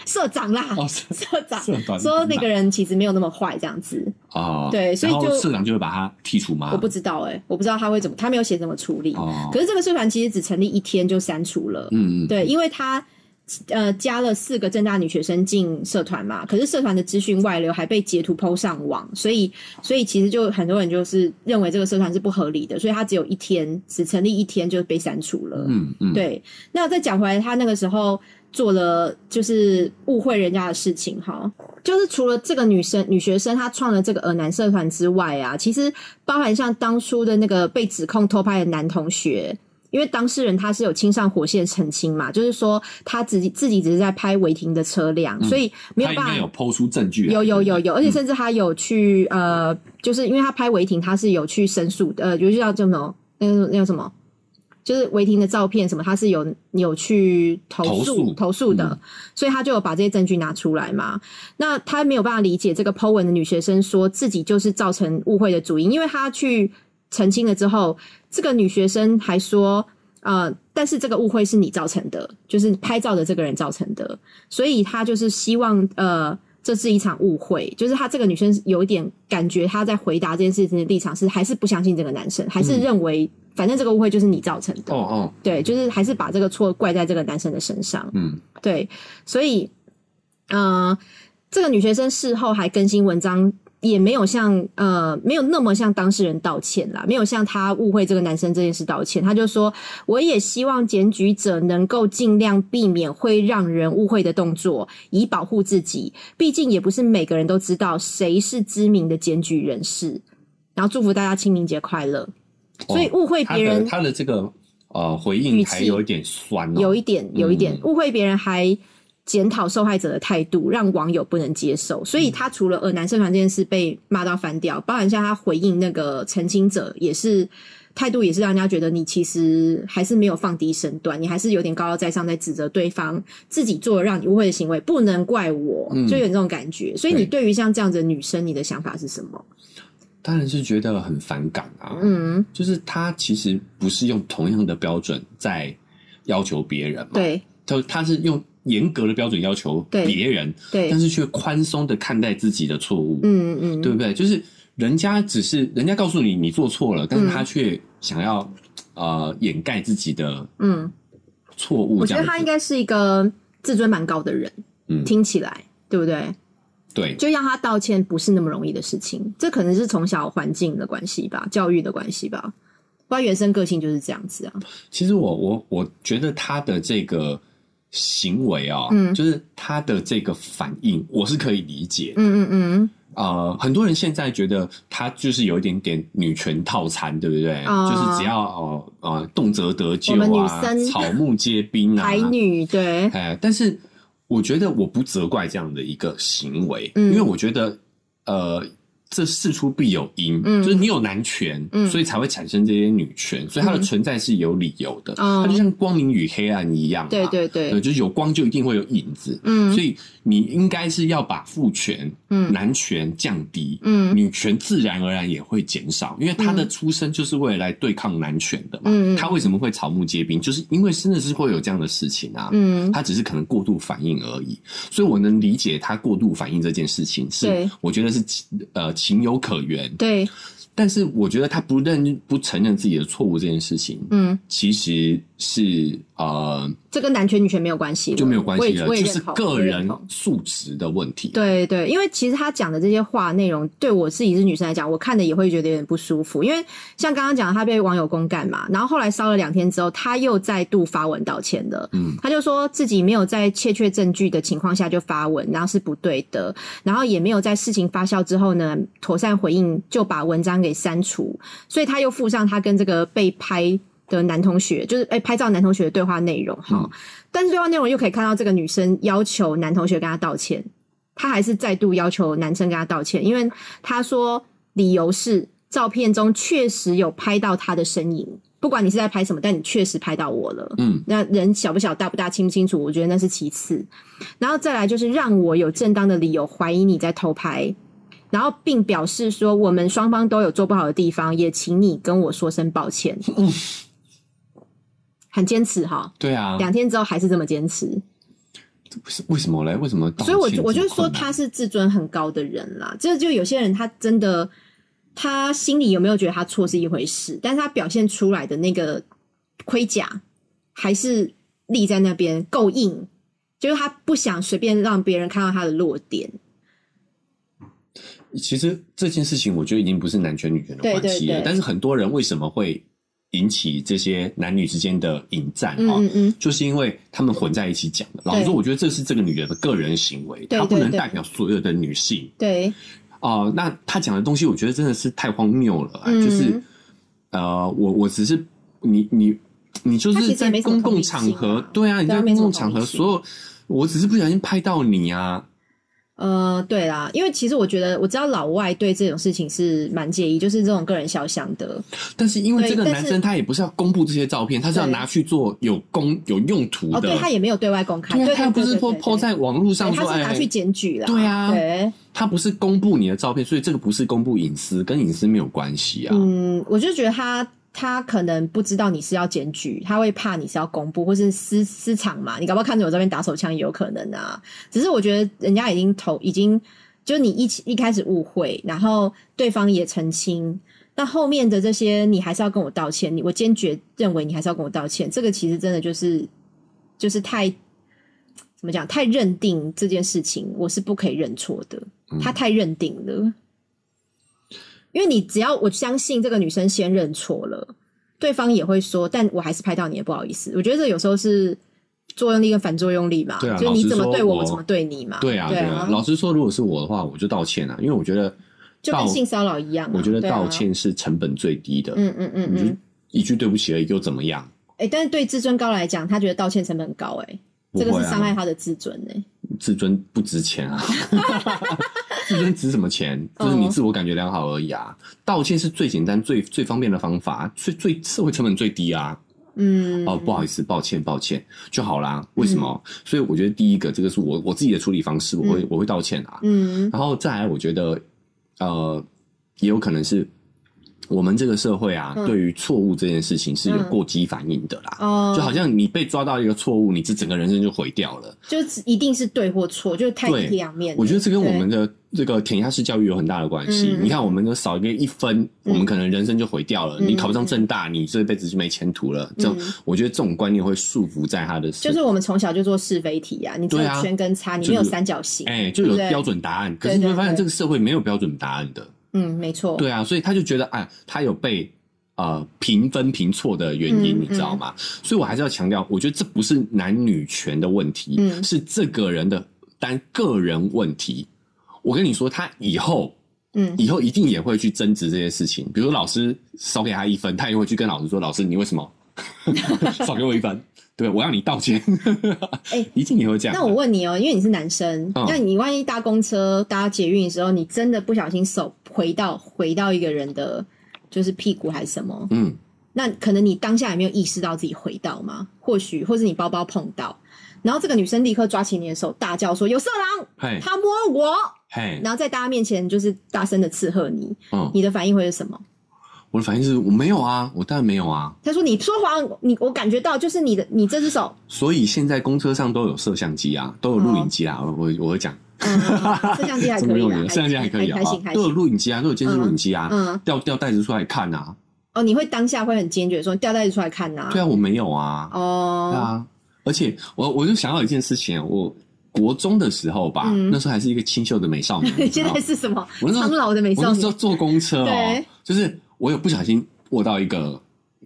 A: 社长啦，
B: 嗯哦，社
A: 社长
B: 社团
A: 说那个人其实没有那么坏这样子，
B: 哦，
A: 对所以
B: 然后
A: 就
B: 社长就会把他剔除吗？
A: 我不知道哎、我不知道他会怎么，他没有写怎么处理。
B: 啊哦，
A: 可是这个社团其实只成立一天就删除了，
B: 嗯嗯，
A: 对，因为他呃加了四个正大女学生进社团嘛，可是社团的资讯外流还被截图 PO 上网，所以所以其实就很多人就是认为这个社团是不合理的，所以他只有一天，只成立一天就被删除了。
B: 嗯嗯，
A: 对，那再讲回来，他那个时候做了就是误会人家的事情哈，就是除了这个女生女学生她创了这个耳呃男社团之外啊，其实包含像当初的那个被指控偷拍的男同学。因为当事人他是有亲上火线澄清嘛，就是说他自己自己只是在拍违停的车辆，所以没有
B: 他应
A: 办法
B: 该有抛出证据来，
A: 有有有有，而且
B: 嗯
A: 甚至他有去、呃，就是因为他拍违停，他是有去申诉的，呃，就是叫叫什么那个那个什么，就是违停的照片什么，他是有有去投
B: 投
A: 诉
B: 诉
A: 投诉的，
B: 嗯
A: 所以他就有把这些证据拿出来嘛。那他没有办法理解这个 Po 文的女学生说自己就是造成误会的主因，因为他去澄清了之后，这个女学生还说。呃，但是这个误会是你造成的，就是拍照的这个人造成的，所以他就是希望呃，这是一场误会，就是他这个女生有一点感觉，她在回答这件事情的立场是还是不相信这个男生，还是认为、反正这个误会就是你造成的，
B: 哦哦，
A: 对，就是还是把这个错怪在这个男生的身上。
B: 嗯，
A: 对，所以，呃，这个女学生事后还更新文章，也没有向呃没有那么向当事人道歉啦，没有向她误会这个男生这件事道歉。她就说：“我也希望检举者能够尽量避免会让人误会的动作，以保护自己。毕竟也不是每个人都知道谁是知名的检举人士。”然后祝福大家清明节快乐。所以
B: 哦
A: 误会
B: 他
A: 别
B: 的
A: 人
B: 他的这个呃回
A: 语
B: 应
A: 气
B: 还有一点酸哦，
A: 有一点，有一点
B: 嗯
A: 误会别人，还检讨受害者的态度，让网友不能接受。所以他除了呃男社团这件事被骂到翻掉，包含像他回应那个澄清者也是。态度也是让人家觉得你其实还是没有放低身段，你还是有点高高在上，在指责对方自己做了让你误会的行为，不能怪我，
B: 嗯
A: 就有这种感觉。所以你
B: 对
A: 对于像这样子的女生，你的想法是什么？
B: 当然是觉得很反感啊，
A: 嗯，
B: 就是他其实不是用同样的标准在要求别人嘛，，
A: 对
B: 他他是用严格的标准要求
A: 对
B: 别人，
A: 对
B: 但，是却宽松的看待自己的错误，
A: 嗯嗯，
B: 对不对？就是人家只是人家告诉你你做错了，但
A: 嗯
B: 是他却想要、呃掩盖自己的
A: 嗯，
B: 错误，
A: 我
B: 这
A: 觉
B: 样
A: 得
B: 子
A: 他应该是一个自尊蛮高的人，
B: 嗯
A: 听起来对不对？
B: 对
A: 就让他道歉不是那么容易的事情，这可能是从小环境的关系吧，教育的关系吧，不然原生个性就是这样子啊。
B: 其实我我我觉得他的这个行为啊、
A: 嗯
B: 就是他的这个反应，我是可以理解。
A: 嗯嗯嗯，
B: 呃，很多人现在觉得他就是有一点点女权套餐，对不对？
A: 哦
B: 就是只要哦呃动辄得咎
A: 我们女
B: 啊
A: 生，
B: 草木皆兵
A: [laughs]
B: 啊，
A: 台女对，
B: 哎，但是我觉得我不责怪这样的一个行为，
A: 嗯
B: 因为我觉得呃，这事出必有因，
A: 嗯
B: 就是你有男权，
A: 嗯
B: 所以才会产生这些女权，所以它的
A: 嗯
B: 存在是有理由的，
A: 哦
B: 它就像光明与黑暗一样嘛，
A: 对对
B: 对，
A: 对，
B: 就是有光就一定会有影子，
A: 嗯
B: 所以你应该是要把父权、
A: 嗯
B: 男权降低。
A: 嗯
B: 女权自然而然也会减少，因为她的出生就是为了来对抗男权的嘛。
A: 嗯嗯
B: 她为什么会草木皆兵？就是因为真的是会有这样的事情啊。
A: 嗯
B: 他只是可能过度反应而已，所以我能理解他过度反应这件事情
A: 对
B: 是，我觉得是情呃情有可原，
A: 对，
B: 但是我觉得他不认不承认自己的错误这件事情，
A: 嗯
B: 其实是呃
A: 这跟男权女权没有关系了，
B: 就没有关系了，
A: 我也我也
B: 就
A: 认
B: 是
A: 同
B: 个
A: 我也
B: 人
A: 认同
B: 素质的问题。啊
A: 对对，因为其实他讲的这些话内容，对我自己是女生来讲，我看的也会觉得有点不舒服。因为像刚刚讲，他被网友公干嘛，然后后来烧了两天之后，他又再度发文道歉了。
B: 嗯，
A: 他就说自己没有在确切证据的情况下就发文，然后是不对的，然后也没有在事情发酵之后呢妥善回应，就把文章给删除。所以他又附上他跟这个被拍。的男同学就是哎、拍照男同学的对话内容哈，
B: 嗯
A: 但是对话内容又可以看到这个女生要求男同学跟她道歉，她还是再度要求男生跟她道歉，因为她说理由是照片中确实有拍到她的身影，不管你是在拍什么，但你确实拍到我了。
B: 嗯，
A: 那人小不小、大不大、清不清楚，我觉得那是其次。然后再来就是让我有正当的理由怀疑你在偷拍，然后并表示说我们双方都有做不好的地方，也请你跟我说声抱歉。很坚持哈，
B: 对啊，
A: 两天之后还是这么坚持。
B: 为什为什么嘞？为什么道
A: 所
B: 歉
A: 以
B: 这么
A: 我
B: 困
A: 就我
B: 难？
A: 就说他是自尊很高的人啦，这就有些人他真的他心里有没有觉得他错是一回事，但是他表现出来的那个盔甲还是立在那边够硬，就是他不想随便让别人看到他的弱点。
B: 其实这件事情，我觉得已经不是男权女权的
A: 对
B: 关系了。
A: 对对
B: 但是很多人为什么会引起这些男女之间的引战啊、
A: 嗯嗯嗯，
B: 就是因为他们混在一起讲的。老实说，我觉得这是这个女人的个人行为，
A: 对
B: 她不能
A: 对对
B: 代表所有的女性
A: 对，
B: 哦、那她讲的东西，我觉得真的是太荒谬了、啊
A: 嗯
B: 就是呃，我我只是你你你就
A: 她其
B: 是
A: 实也
B: 在
A: 没什么
B: 公共
A: 同理
B: 场
A: 心
B: 合，
A: 啊
B: 对啊，你
A: 对啊
B: 在
A: 没
B: 公
A: 什么同
B: 共场
A: 理
B: 合，
A: 心
B: 所有我只是不小心拍到你啊，
A: 呃，对啦，因为其实我觉得我知道老外对这种事情是蛮介意，就是这种个人肖像的，
B: 但是因为
A: 对
B: 这个
A: 但
B: 男
A: 是
B: 生他也不是要公布这些照片，他是要
A: 对
B: 拿去做有公有用途的。
A: 哦，对他也没有对外公开，
B: 对啊
A: 对
B: 他又不是说抛在网络上
A: 他
B: 说，
A: 是拿去
B: 哎，
A: 检举啦，
B: 对啊
A: 对。
B: 他不是公布你的照片，所以这个不是公布隐私，跟隐私没有关系啊。
A: 嗯，我就觉得他他可能不知道你是要检举，他会怕你是要公布或是私私藏嘛，你搞不好看着我这边打手枪也有可能啊。只是我觉得人家已经投已经就是你一起一开始误会，然后对方也澄清。那后面的这些，你还是要跟我道歉。你我坚决认为你还是要跟我道歉。这个其实真的就是，就是太怎么讲，太认定这件事情，我是不可以认错的。
B: 嗯
A: 他太认定了。因为你只要我相信这个女生先认错了，对方也会说，但我还是拍到你，不好意思。我觉得这有时候是作用力跟反作用力嘛，
B: 对啊
A: 就是你怎么对我，
B: 老实说我
A: 我怎么对你嘛。
B: 对啊，对啊。老实说，如果是我的话，我就道歉啊，因为我觉得
A: 就
B: 道
A: 跟性骚扰一样啊。
B: 我觉得
A: 对啊
B: 道，歉是成本最低的。
A: 嗯嗯嗯
B: 你就
A: 嗯，
B: 一句对不起而已，又怎么样？
A: 哎、但是对自尊高来讲，他觉得道歉成本很高、哎、
B: 不
A: 这个
B: 会
A: 是
B: 啊
A: 伤害他的自尊、哎，
B: 自尊不值钱啊， [laughs] 自尊值什么钱？就是你
A: 哦
B: 自我感觉良好而已啊。道歉是最简单、最最方便的方法，最最社会成本最低啊。
A: 嗯，
B: 哦，不好意思，抱歉，抱歉就好啦。为什么？所以我觉得第一个，这个是我我自己的处理方式，我会、我会道歉啊。
A: 嗯，
B: 然后再来，我觉得呃，也有可能是我们这个社会啊，
A: 嗯
B: 对于错误这件事情是有
A: 嗯
B: 过激反应的啦。
A: 哦，
B: 就好像你被抓到一个错误，你这整个人生就毁掉了。
A: 就是一定是对或错，就是太
B: 对
A: 一体两面了。
B: 我觉得这跟我们
A: 对
B: 的这个填鸭式教育有很大的关系。
A: 嗯
B: 你看，我们都少一个一分，我们可能人生就毁掉了。
A: 嗯
B: 你考不上正大，你这辈子就没前途了。这种，我觉得这种观念会束缚在他的身，
A: 就是我们从小就做是非题啊，你只有
B: 对啊
A: 圈跟叉，你
B: 就
A: 没有
B: 是
A: 三角形。
B: 哎、就有
A: 对
B: 标准答案。可
A: 对
B: 是你会
A: 对
B: 发现，
A: 对
B: 这个社会没有标准答案的。
A: 嗯，没错。
B: 对啊，所以他就觉得，哎，他有被呃评分评错的原因，
A: 嗯
B: 你知道吗？所以我还是要强调，我觉得这不是男女权的问题，
A: 嗯
B: 是这个人的单个人问题。我跟你说，他以后。
A: 嗯
B: 以后一定也会去争执这些事情，比如老师少给他一分，他也会去跟老师说：“老师，你为
A: [laughs]
B: 什么少给我一分？对我要你道歉。
A: 哎
B: [laughs] 一定也会这样的。
A: 那我问你哦，因为你是男生，
B: 嗯
A: 那你万一搭公车、搭捷运的时候，你真的不小心手回到回到一个人的，就是屁股还是什么？
B: 嗯，
A: 那可能你当下也没有意识到自己回到吗？或许，或是你包包碰到，然后这个女生立刻抓起你的手，大叫说：“有色狼，
B: 嘿，
A: 他摸我！”
B: 嘿，
A: 然后在大家面前就是大声的斥喝你，
B: 嗯，
A: 你的反应会是什么？
B: 我的反应是我没有啊，我当然没有啊。
A: 他说：“你说谎，你我感觉到就是你的，你这只
B: [laughs]
A: 手，
B: 所以现在公车上都有摄像机啊，都有录影机啊。我我我会讲，
A: 嗯，摄像哦机还
B: 这
A: 可
B: 么
A: 以
B: 用
A: 啦
B: 力，摄像机还可以啊
A: 还，行还嗯
B: 都有
A: 行，
B: 录影机啊，都有监视录影机啊，
A: 嗯
B: 掉掉袋子出来看啊。
A: 哦，你会当下会很坚决地说掉袋子出来看呐、
B: 对啊，我没有啊，对
A: 哦，
B: 啊，而且我我就想到一件事情，我国中的时候吧，
A: 嗯
B: 那时候还是一个清秀的美
A: [laughs]
B: 少女，
A: 你
B: 你知
A: 现
B: 道
A: 在是什么
B: 我啊那时候
A: 苍老的美
B: 我
A: 少
B: 那时
A: 女
B: 候？坐公车哦
A: 对，
B: 就是我有不小心握到一个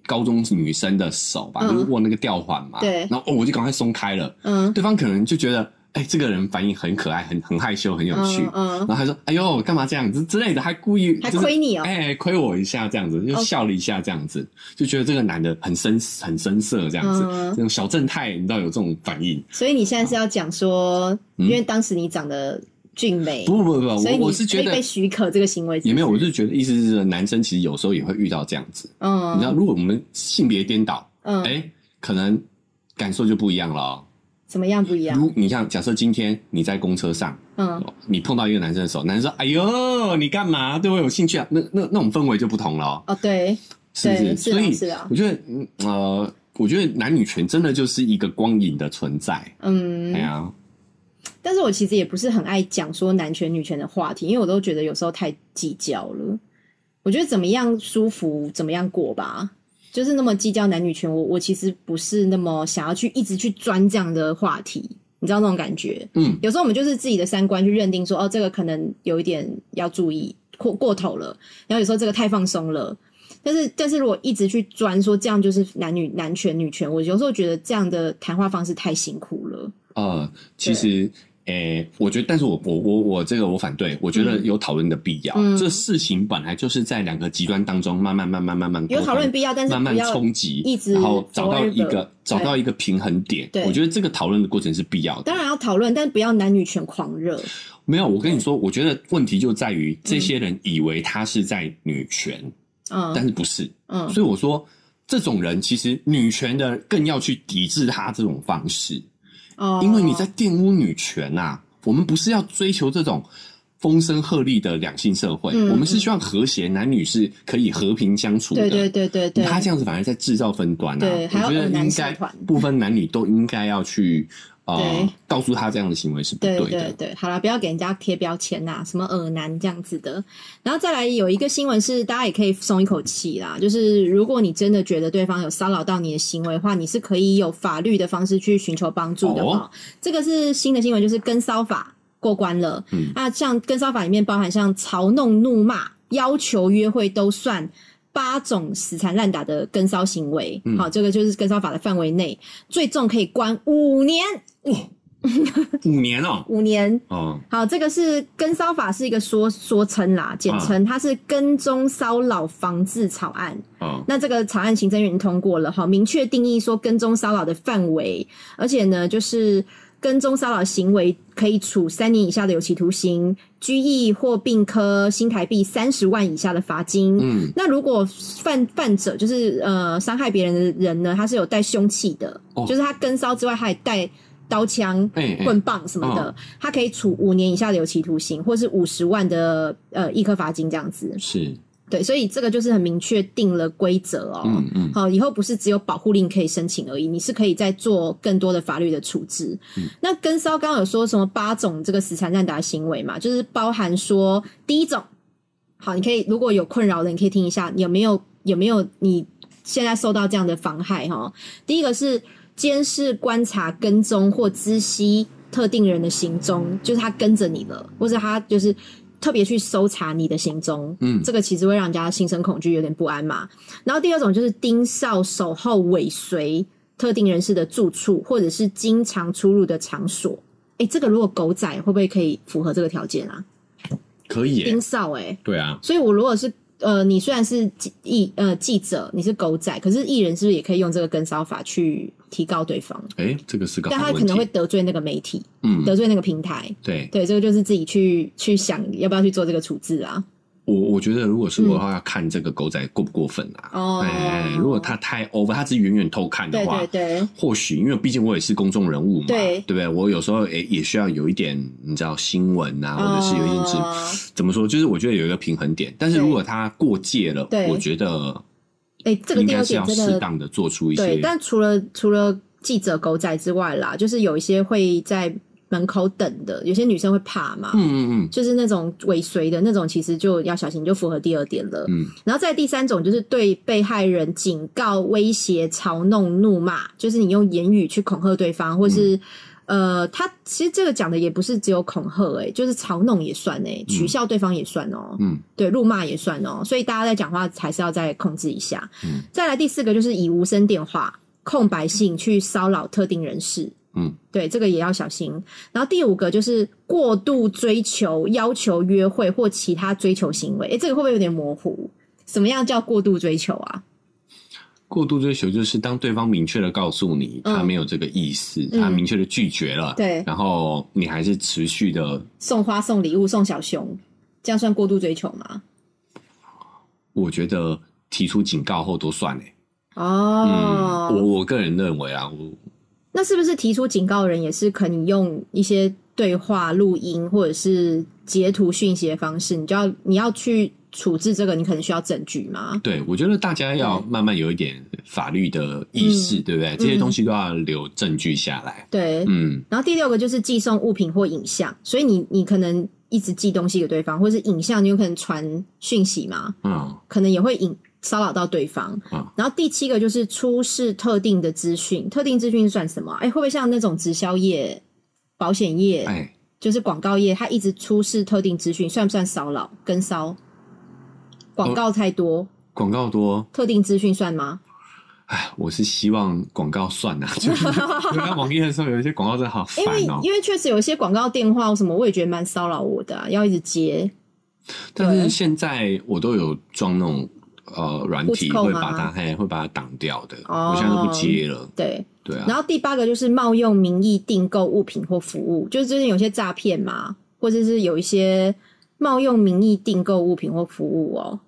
B: 高中女生的手吧，
A: 嗯
B: 就是握那个吊环嘛，
A: 对
B: 然后哦我就赶快松开了，
A: 嗯，
B: 对方可能就觉得，哎、这个人反应很可爱，很很害羞，很有趣，
A: 嗯
B: 然后他说，哎呦，干嘛这样子之类的，还故意
A: 还
B: 就是
A: 亏你哦
B: 哎、亏我一下这样子，就
A: 哦
B: 笑了一下这样子，就觉得这个男的很深很深色这样子，
A: 嗯
B: 这种小正太，你知道有这种反应。
A: 所以你现在是要讲说，
B: 嗯
A: 因为当时你长得俊美，
B: 不不不不，
A: 所以
B: 我
A: 你
B: 我是觉
A: 可以
B: 得
A: 被许可这个行为是不是
B: 也没有，我是觉得意思是男生其实有时候也会遇到这样子，
A: 嗯，
B: 你知道，如果我们性别颠倒，
A: 嗯、
B: 哎、可能感受就不一样了哦、
A: 怎么样不一样？
B: 如你像假设今天你在公车上，
A: 嗯，
B: 哦你碰到一个男生的时候，男生说：“哎呦，你干嘛对我有兴趣啊？”那那那种氛围就不同了哦、
A: 哦对，
B: 是不
A: 对是
B: 是？
A: 啊
B: 所以
A: 是啊
B: 我觉得，嗯呃，我觉得男女权真的就是一个光影的存在。
A: 嗯
B: 哎，呀，
A: 但是我其实也不是很爱讲说男权女权的话题，因为我都觉得有时候太计较了。我觉得怎么样舒服怎么样过吧，就是那么计较男女权，我我其实不是那么想要去一直去钻这样的话题，你知道那种感觉。
B: 嗯，
A: 有时候我们就是自己的三观去认定说，哦，这个可能有一点要注意过过头了，然后有时候这个太放松了。但是，但是如果一直去钻说这样就是男女男权女权，我有时候觉得这样的谈话方式太辛苦了。
B: 呃，其实，诶、我觉得，但是我我我我这个我反对，我觉得有讨论的必要。
A: 嗯
B: 这事情本来就是在两个极端当中慢慢慢慢慢慢
A: 有
B: 沟
A: 讨
B: 通
A: 论必要，但是
B: 慢
A: 不
B: 慢
A: 要
B: 冲击，
A: 一直
B: 然后找
A: 走
B: 到
A: 而
B: 一
A: 得
B: 个找到一个平衡点。
A: 对
B: 我觉得这个讨论的过程是必要的。
A: 当然要讨论，但不要男女权狂热。
B: 没有，我跟你说，我觉得问题就在于这些人以为他是在女权，但
A: 嗯
B: 是不是。
A: 嗯
B: 所以我说，这种人其实女权的更要去抵制他这种方式，
A: 哦，
B: 因为你在玷污女权呐、我们不是要追求这种风声鹤唳的两性社会，
A: 嗯
B: 我们是希望和谐，男女是可以和平相处的。
A: 对对对对对，
B: 他这样子反而在制造分端啊！
A: 对
B: 我
A: 还要
B: 觉得
A: 恶男
B: 应
A: 社
B: 该
A: 团
B: 不分男女都应该要去
A: 对
B: 呃告诉他这样的行为是不
A: 对
B: 的。
A: 对对，好了，不要给人家贴标签呐、什么耳男这样子的。然后再来有一个新闻是，大家也可以松一口气啦，就是如果你真的觉得对方有骚扰到你的行为的话，你是可以有法律的方式去寻求帮助的哦
B: 哦。
A: 这个是新的新闻，就是跟骚法过关了。
B: 嗯
A: 那像跟骚法里面包含像嘲弄、怒骂、要求约会都算。八种死缠烂打的跟骚行为，好、
B: 嗯
A: 这个就是跟骚法的范围内，最重可以关五年，
B: 五年哦、
A: 五年
B: 哦、
A: 好，这个是跟骚法是一个缩缩称啦，
B: 啊
A: 简称，它是跟踪骚扰防治草案。
B: 哦，
A: 那这个草案行政院已经通过了，哈，明确定义说跟踪骚扰的范围，而且呢，就是跟踪骚扰行为可以处三年以下的有期徒刑、拘役或并科新台币三十万以下的罚金。
B: 嗯，
A: 那如果犯犯者就是呃伤害别人的人呢，他是有带凶器的，
B: 哦
A: 就是他跟骚之外，他还带刀枪、
B: 哎、哎、
A: 棍棒什么的，他可以处五年以下的有期徒刑，或是五十万的呃一颗罚金这样子。
B: 是，
A: 对，所以这个就是很明确定了规则哦。
B: 嗯嗯。
A: 好，以后不是只有保护令可以申请而已，你是可以再做更多的法律的处置。
B: 嗯
A: 那跟骚刚刚有说什么八种这个死缠烂打的行为嘛，就是包含说第一种，好，你可以如果有困扰的，你可以听一下有没有有没有你现在受到这样的妨害哈、第一个是监视、观察、跟踪或知悉特定人的行踪，就是他跟着你了，或者他就是。特别去搜查你的行踪，
B: 嗯
A: 这个其实会让人家心生恐惧，有点不安嘛。然后第二种就是盯梢、守候、尾随特定人士的住处，或者是经常出入的场所。哎，这个如果狗仔会不会可以符合这个条件啊？
B: 可以耶
A: 盯，梢哎、诶
B: 对啊，
A: 所以我如果是呃，你虽然是记艺呃记者，你是狗仔，可是艺人是不是也可以用这个跟梢法去提高对方？
B: 哎、这个是个
A: 但
B: 好
A: 他
B: 问
A: 可
B: 题，
A: 能会得罪那个媒体，
B: 嗯，
A: 得罪那个平台。
B: 对
A: 对，这个就是自己去去想要不要去做这个处置啊。
B: 我我觉得如果是我的话，要看这个狗仔过不过分啊，
A: 哦
B: 哎如果他太 over，他只是远远偷看的
A: 对
B: 话，
A: 对对，
B: 或许因为毕竟我也是公众人物嘛，
A: 对
B: 不对？我有时候也也需要有一点，你知道新闻啊，
A: 哦
B: 或者是有一点是、怎么说，就是我觉得有一个平衡点，但是
A: 对
B: 如果他过界了
A: 对，
B: 我觉得
A: 哎、这个
B: 应
A: 第
B: 该
A: 二
B: 是
A: 点
B: 要
A: 真
B: 适
A: 的
B: 当的做出一
A: 对，
B: 些，
A: 但除了除了记者狗仔之外啦，就是有一些会在门口等的，有些女生会怕嘛，
B: 嗯嗯
A: 就是那种尾随的那种，其实就要小心，就符合第二点了。
B: 嗯，
A: 然后再第三种就是对被害人警告、威胁、嘲弄、怒骂，就是你用言语去恐吓对方，或是、
B: 嗯
A: 呃，他其实这个讲的也不是只有恐吓、欸，就是嘲弄也算、欸，取笑对方也算哦、
B: 嗯嗯，
A: 对，辱骂也算哦、所以大家在讲话还是要再控制一下。
B: 嗯
A: 再来第四个就是以无声电话、空白信去骚扰特定人士。
B: 嗯，
A: 对，这个也要小心。然后第五个就是过度追求、要求约会或其他追求行为。诶，这个会不会有点模糊？什么样叫过度追求啊？
B: 过度追求就是当对方明确的告诉你
A: 嗯
B: 他没有这个意思，
A: 嗯
B: 他明确的拒绝了，
A: 对
B: 然后你还是持续的，
A: 送花、送礼物、送小熊，这样算过度追求吗？
B: 我觉得提出警告后都算嘞。
A: 哦，
B: 嗯，我我个人认为啊，我
A: 那是不是提出警告的人也是可以用一些对话录音或者是截图讯息的方式？你就要你要去处置这个，你可能需要证据吗？
B: 对我觉得大家要
A: 对嗯
B: 慢慢有一点法律的意识，对不对？这些东西都要留证据下来。
A: 对，
B: 嗯，
A: 然后第六个就是寄送物品或影像，所以你你可能一直寄东西给对方，或是影像，你有可能传讯息嘛，
B: 嗯
A: 可能也会引骚扰到对方。
B: 嗯
A: 然后第七个就是出示特定的资讯，特定资讯是算什么啊？哎，会不会像那种直销业、保险业，
B: 哎，
A: 就是广告业，它一直出示特定资讯，算不算骚扰跟骚？广告太多，
B: 广告多，
A: 特定资讯算吗？
B: 哎，我是希望广告算
A: [laughs]
B: 呐、啊，就是因为在网页的时候有一些广告真的好烦
A: 因为
B: 哦、
A: 因为确实有一些广告电话什么，我也觉得蛮骚扰我的、啊，要一直接。
B: 但
A: 对
B: 是现在我都有装那种呃软体，
A: Push-call
B: 会
A: 吗
B: 把它嘿会把它挡掉的。
A: 哦
B: 我现在都不接了，
A: 对，
B: 对啊
A: 然，后第八个就是冒用名义订购物品或服务，就是最近有些诈骗嘛，或者是有一些冒用名义订购物品或服务哦，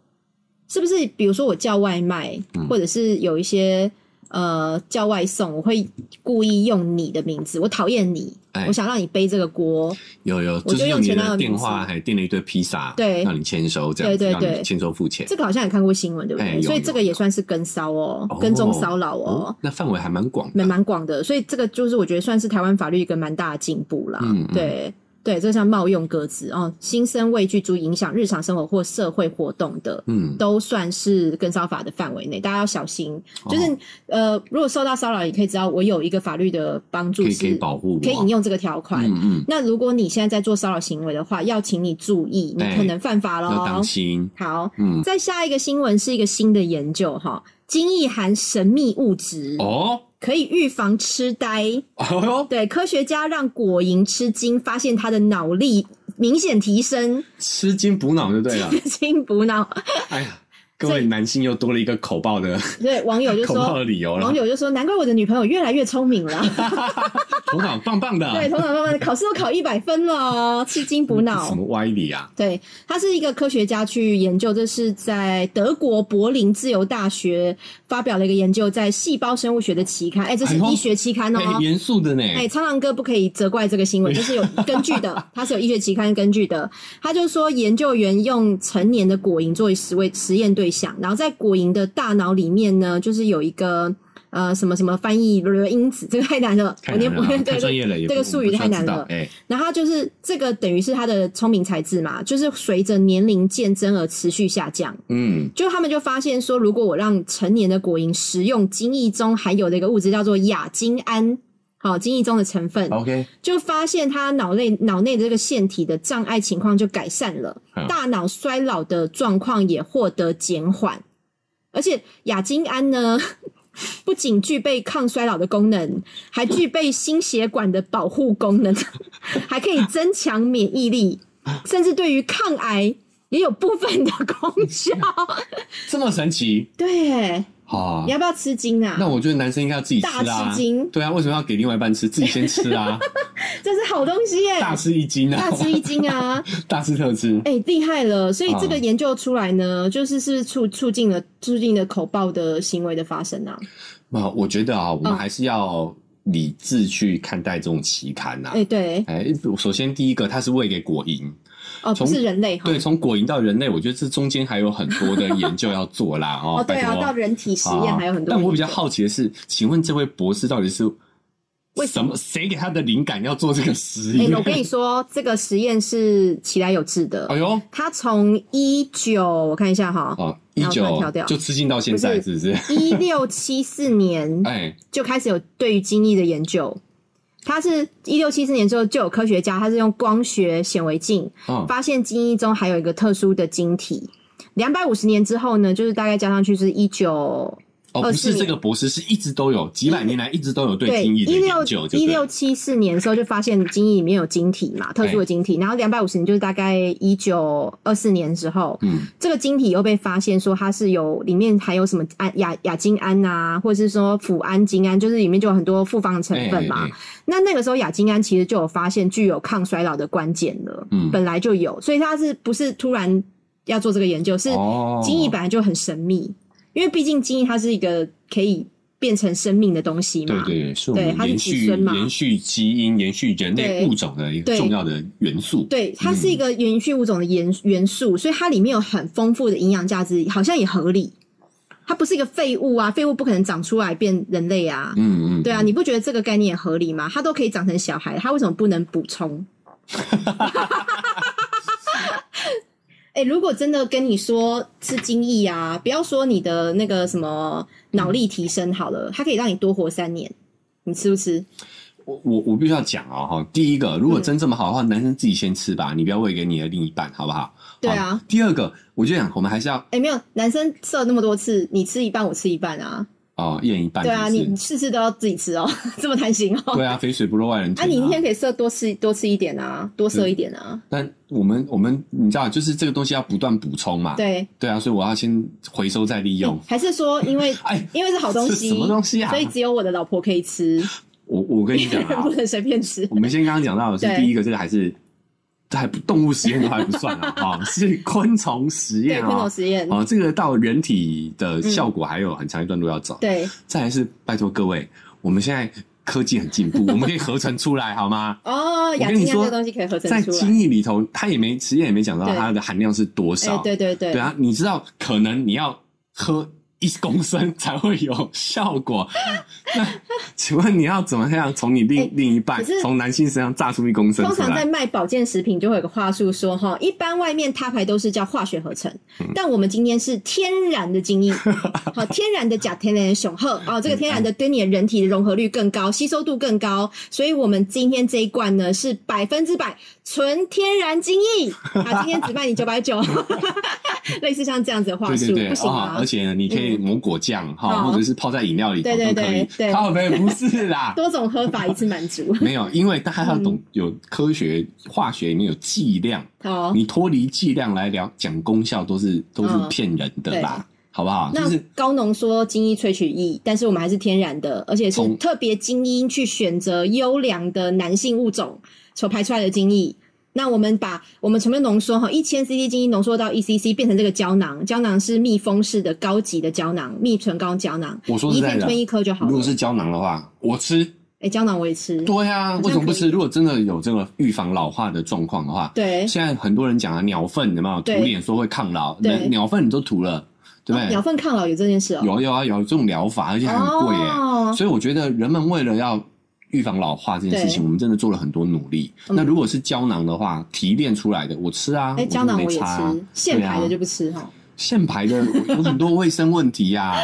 A: 是不是？比如说我叫外卖，
B: 嗯
A: 或者是有一些呃叫外送，我会故意用你的名字，我讨厌你，
B: 哎
A: 我想让你背这个锅，
B: 有有，
A: 我就是用
B: 你
A: 前男友的
B: 的电
A: 名
B: 话
A: 字
B: 还订了一堆披萨，
A: 对
B: 让你签收这样
A: 对
B: 子，
A: 对
B: 让
A: 对
B: 你签收付钱。
A: 这个好像也看过新闻，对不
B: 哎
A: 对？
B: 有
A: 所以
B: 有
A: 这个也算是跟骚哦，
B: 哦
A: 跟踪骚扰哦
B: 哦，那范围还蛮广
A: 蛮
B: 的。
A: 蛮广的，所以这个就是我觉得算是台湾法律一个蛮大的进步啦。
B: 嗯嗯
A: 对对，这像冒用歌词哦，心生畏惧足以影响日常生活或社会活动的。
B: 嗯，
A: 都算是跟骚法的范围内，大家要小心。就是、
B: 哦
A: 呃，如果受到骚扰，也可以知道我有一个法律的帮助
B: 可以
A: 是
B: 可以保护我，啊
A: 可以引用这个条款。
B: 嗯嗯，
A: 那如果你现在在做骚扰行为的话，要请你注意，你
B: 哎
A: 可能犯法喽。
B: 要当心。
A: 好，
B: 嗯，
A: 再下一个新闻是一个新的研究哈，精液含神秘物质
B: 哦，
A: 可以预防痴呆。
B: 哦哟，
A: 对，科学家让果蝇吃惊，发现它的脑力明显提升，
B: 吃惊补脑就对
A: [laughs]
B: 了。
A: 惊补脑。
B: 哎呀，各
A: 所以
B: 位男性又多了一个口爆的
A: 对，网友就
B: 口爆
A: 说，
B: 的理由了
A: 网，友就说，难怪我的女朋友越来越聪明了。
B: [laughs] 头脑棒棒的。啊
A: 对，头脑慢慢考试都考一百分了哦，吃惊补
B: 这 [laughs] 什
A: 脑。
B: 么歪理啊？
A: 对，他是一个科学家去研究，这是在德国柏林自由大学发表了一个研究，在《细胞生物学》的期刊，哎，这是
B: 哎呦
A: 医学期刊哦，
B: 哎，严肃的呢。
A: 哎、苍狼哥不可以责怪这个新闻，这是有根据的，它是有医学期刊根据的。他就说，研究员用成年的果蝇作为实为实验对象，然后在果蝇的大脑里面呢，就是有一个呃什么什么翻译呃因子，这个太难了，
B: 太
A: 我念
B: 难
A: 不
B: 了啊，
A: 对
B: 太专业了，也
A: 这个
B: 不
A: 术语太难。
B: 我
A: 了
B: 不需要知道。哎，
A: 然后他就是这个等于是他的聪明才智嘛，就是随着年龄渐增而持续下降。
B: 嗯，
A: 就他们就发现说，如果我让成年的果蝇食用精液中含有的一个物质叫做亚精胺，好、精液中的成分
B: OK，
A: 就发现他脑内脑内的这个腺体的障碍情况就改善了，
B: 嗯
A: 大脑衰老的状况也获得减缓，而且亚精胺呢， [laughs] 不仅具备抗衰老的功能，还具备心血管的保护功能， [laughs] 还可以增强免疫力，甚至对于抗癌也有部分的功效。
B: 嗯这么神奇
A: 对，
B: 啊
A: 你！要不要吃惊啊
B: 那？我觉得男生应该要自己吃
A: 大
B: 啊
A: 吃惊，
B: 对啊，为什么要给另外一半吃？自己先吃
A: [laughs]
B: 啊，
A: 这是好东西耶、
B: 大吃一惊啊
A: 大，吃一惊啊！
B: 大吃特吃，
A: 哎、厉害了！所以这
B: 嗯
A: 个研究出来呢，就是是不是促促进了促进了口爆的行为的发生啊？
B: 那我觉得啊，我们
A: 嗯
B: 还是要理智去看待这种期刊呐
A: 哎、。对，
B: 哎，首先第一个，它是喂给果蝇，
A: 哦，不
B: 从
A: 是人类哈，
B: 对，从果蝇到人类，我觉得这中间还有很多的研究要做
A: [laughs]
B: 啦。哦，
A: 哦，对
B: 拜
A: 啊，
B: 托
A: 到人体实验还有很多、
B: 但我比较，好奇的是，请问这位博士到底是
A: 为
B: 什么谁给他的灵感要做这个实
A: 哎、
B: 验？
A: 我跟你说，这个实验是其来有志的
B: 哎。呦
A: 他从一九，我看一下哈，
B: 啊，一
A: 然后突然
B: 九
A: 跳掉
B: 就吃进到现在，是不是？
A: 一六七四年
B: [laughs] 哎，
A: 就开始有对于精液的研究。他是一六七四年之后就有科学家，他是用光学显微镜
B: 嗯，
A: 发现精液中含有一个特殊的晶体。两百五十年之后呢，就是大概加上去是一九
B: 哦，不是这个博士，是一直都有，几百年来一直都有对精液的
A: 一六
B: 研究，就
A: 一
B: 对了哎
A: 六七四年的时候就发现精液里面有晶体嘛，特殊的晶体。然后两百五十年就是大概一九二四年之后，
B: 嗯，
A: 这个晶体又被发现说它是有里面含有什么氨亚亚精胺啊，或者是说辅氨精胺，就是里面就有很多复方成
B: 哎
A: 分
B: 哎
A: 嘛。
B: 哎
A: 那那个时候亚精胺其实就有发现具有抗衰老的关键了，
B: 嗯
A: 本来就有，所以它是不是突然要做这个研究？是
B: 哦
A: 精液本来就很神秘，因为毕竟精液它是一个可以变成生命的东西
B: 对
A: 嘛。
B: 对对，是我
A: 对
B: 们
A: 它是
B: 延
A: 子
B: 续
A: 孙嘛
B: 延续基因、延续人类
A: 对
B: 物种的一个
A: 对
B: 重要的元素。
A: 对，它是一个延续物种的
B: 嗯
A: 元元素，所以它里面有很丰富的营养价值，好像也合理。它不是一个废物啊，废物不可能长出来变人类啊。
B: 嗯嗯，
A: 对啊，你不觉得这个概念也合理吗？它都可以长成小孩，它为什么不能补充？ [laughs] 哎、如果真的跟你说吃精益啊，不要说你的那个什么脑力提升好了，它可以让你多活三年，你吃不吃？
B: 我我我必须要讲啊哈，第一个，如果真这么好的话，男生自己先吃吧，你不要喂给你的另一半，好不好？
A: 对啊
B: 好。第二个，我就想我们还是要
A: 哎、没有，男生吃了那么多次，你吃一半，我吃一半啊。
B: 哦验一半，
A: 对啊，
B: 是不是
A: 你 [laughs] 次次都要自己吃哦， [laughs] 这么贪心哦。
B: 对啊，肥水不落外人田
A: 啊，你一天可以射多吃多吃一点啊，多射一点啊。
B: 但我们我们你知道，就是这个东西要不断补充嘛。
A: 对，
B: 对啊，所以我要先回收再
A: [laughs]
B: 利用。
A: 还是说因
B: [laughs]
A: 为
B: 哎，
A: 因为是好东
B: 是
A: 西，
B: 什么东西啊
A: 所以只有我的老婆可以吃，
B: 我我跟你讲
A: [laughs]
B: 啊 [laughs]
A: 不，能随便吃。
B: 我们先刚刚讲到的是
A: 对
B: 第一个，这个还是这还不动物实验都还不算
A: [laughs]
B: 啊，哈，是昆虫实
A: 对，
B: 验
A: 昆虫
B: 啊。
A: 实验，
B: 哦，这个到人体的效果还有很长一段路要走。
A: 对
B: 再来是拜托各位，我们现在科技很
A: [laughs]
B: 进步，我们可以合成出来好吗？
A: 哦，
B: 我
A: 亚
B: 跟
A: 精
B: 你
A: 胺这
B: 说
A: 个东西可以合，成
B: 在
A: 出来。
B: 精液里头，它也没实验也没讲到
A: 对
B: 它的含量是多
A: 哎
B: 少。，
A: 对对对
B: 对，啊，你知道可能你要喝一公升才会有
A: [laughs]
B: 效果。那请问你要怎么样从你另、
A: 哎
B: 另一半
A: 可是
B: 从男性身上榨出一公升
A: 通
B: 出
A: 常在
B: 来？
A: 卖保健食品就会有个话术说哈，一般外面他牌都是叫化学合成，
B: 嗯
A: 但我们今天是天然的
B: [laughs]
A: 精益，好，天然的甲天然的雄鹤哦，这个天然的对你的人体的融合率更高，吸收度更高，所以我们今天这一罐呢是百分之百纯天然精益，啊，今天只卖你九百九， [laughs] 类似像这样子的话
B: 对
A: 术
B: 对对
A: 不，行
B: 哦
A: 啊
B: 而，且你可以抹果酱哈、
A: 哦
B: 或者是泡在饮料里头
A: 对对
B: 都可以。
A: 对对
B: 靠北不
A: [laughs]
B: 是啦，
A: 多种喝法一次满足
B: 没有，因为大家要懂
A: 嗯
B: 有科学、化学里面有剂量，
A: 哦。
B: 你脱离剂量来聊讲功效都是都是
A: 嗯
B: 骗人的啦，好不好？就
A: 那
B: 是
A: 高浓缩精益萃取液，但是我们还是天然的，而且是
B: 从
A: 特别精英去选择优良的男性物种所排出来的精益。那我们把我们全部浓缩哈，一千 CC 精益浓缩到一 CC，变成这个胶囊。胶囊是密封式的高级的胶囊，蜜醇高胶囊，
B: 我说
A: 你
B: 实
A: 一
B: 在
A: 天
B: 的
A: 吞，一颗就好
B: 如
A: 了
B: 果。是胶囊的话，我吃
A: 哎、胶囊我也吃，
B: 对啊，
A: 像
B: 为什么不
A: 可
B: 吃？如果真的有这个预防老化的状况的话，
A: 对，
B: 现在很多人讲啊，鸟粪有没有涂
A: 对
B: 脸说会抗老？
A: 对
B: 那鸟粪你都涂了，对不
A: 哦鸟
B: 对？
A: 粪抗老有这件事哦、
B: 有有啊，有这种疗法，而且还很贵耶。
A: 哦，
B: 所以我觉得人们为了要预防老化这件事情，
A: 对
B: 我们真的做了很多努力。
A: 嗯
B: 那如果是胶囊的话，提炼出来的我吃啊，
A: 哎、
B: 我
A: 胶囊
B: 就
A: 我
B: 没
A: 也
B: 差啊。
A: 吃，现排
B: 对
A: 的
B: 啊
A: 就不吃哈、
B: 现排的有很多卫生问
A: [laughs]
B: 题呀、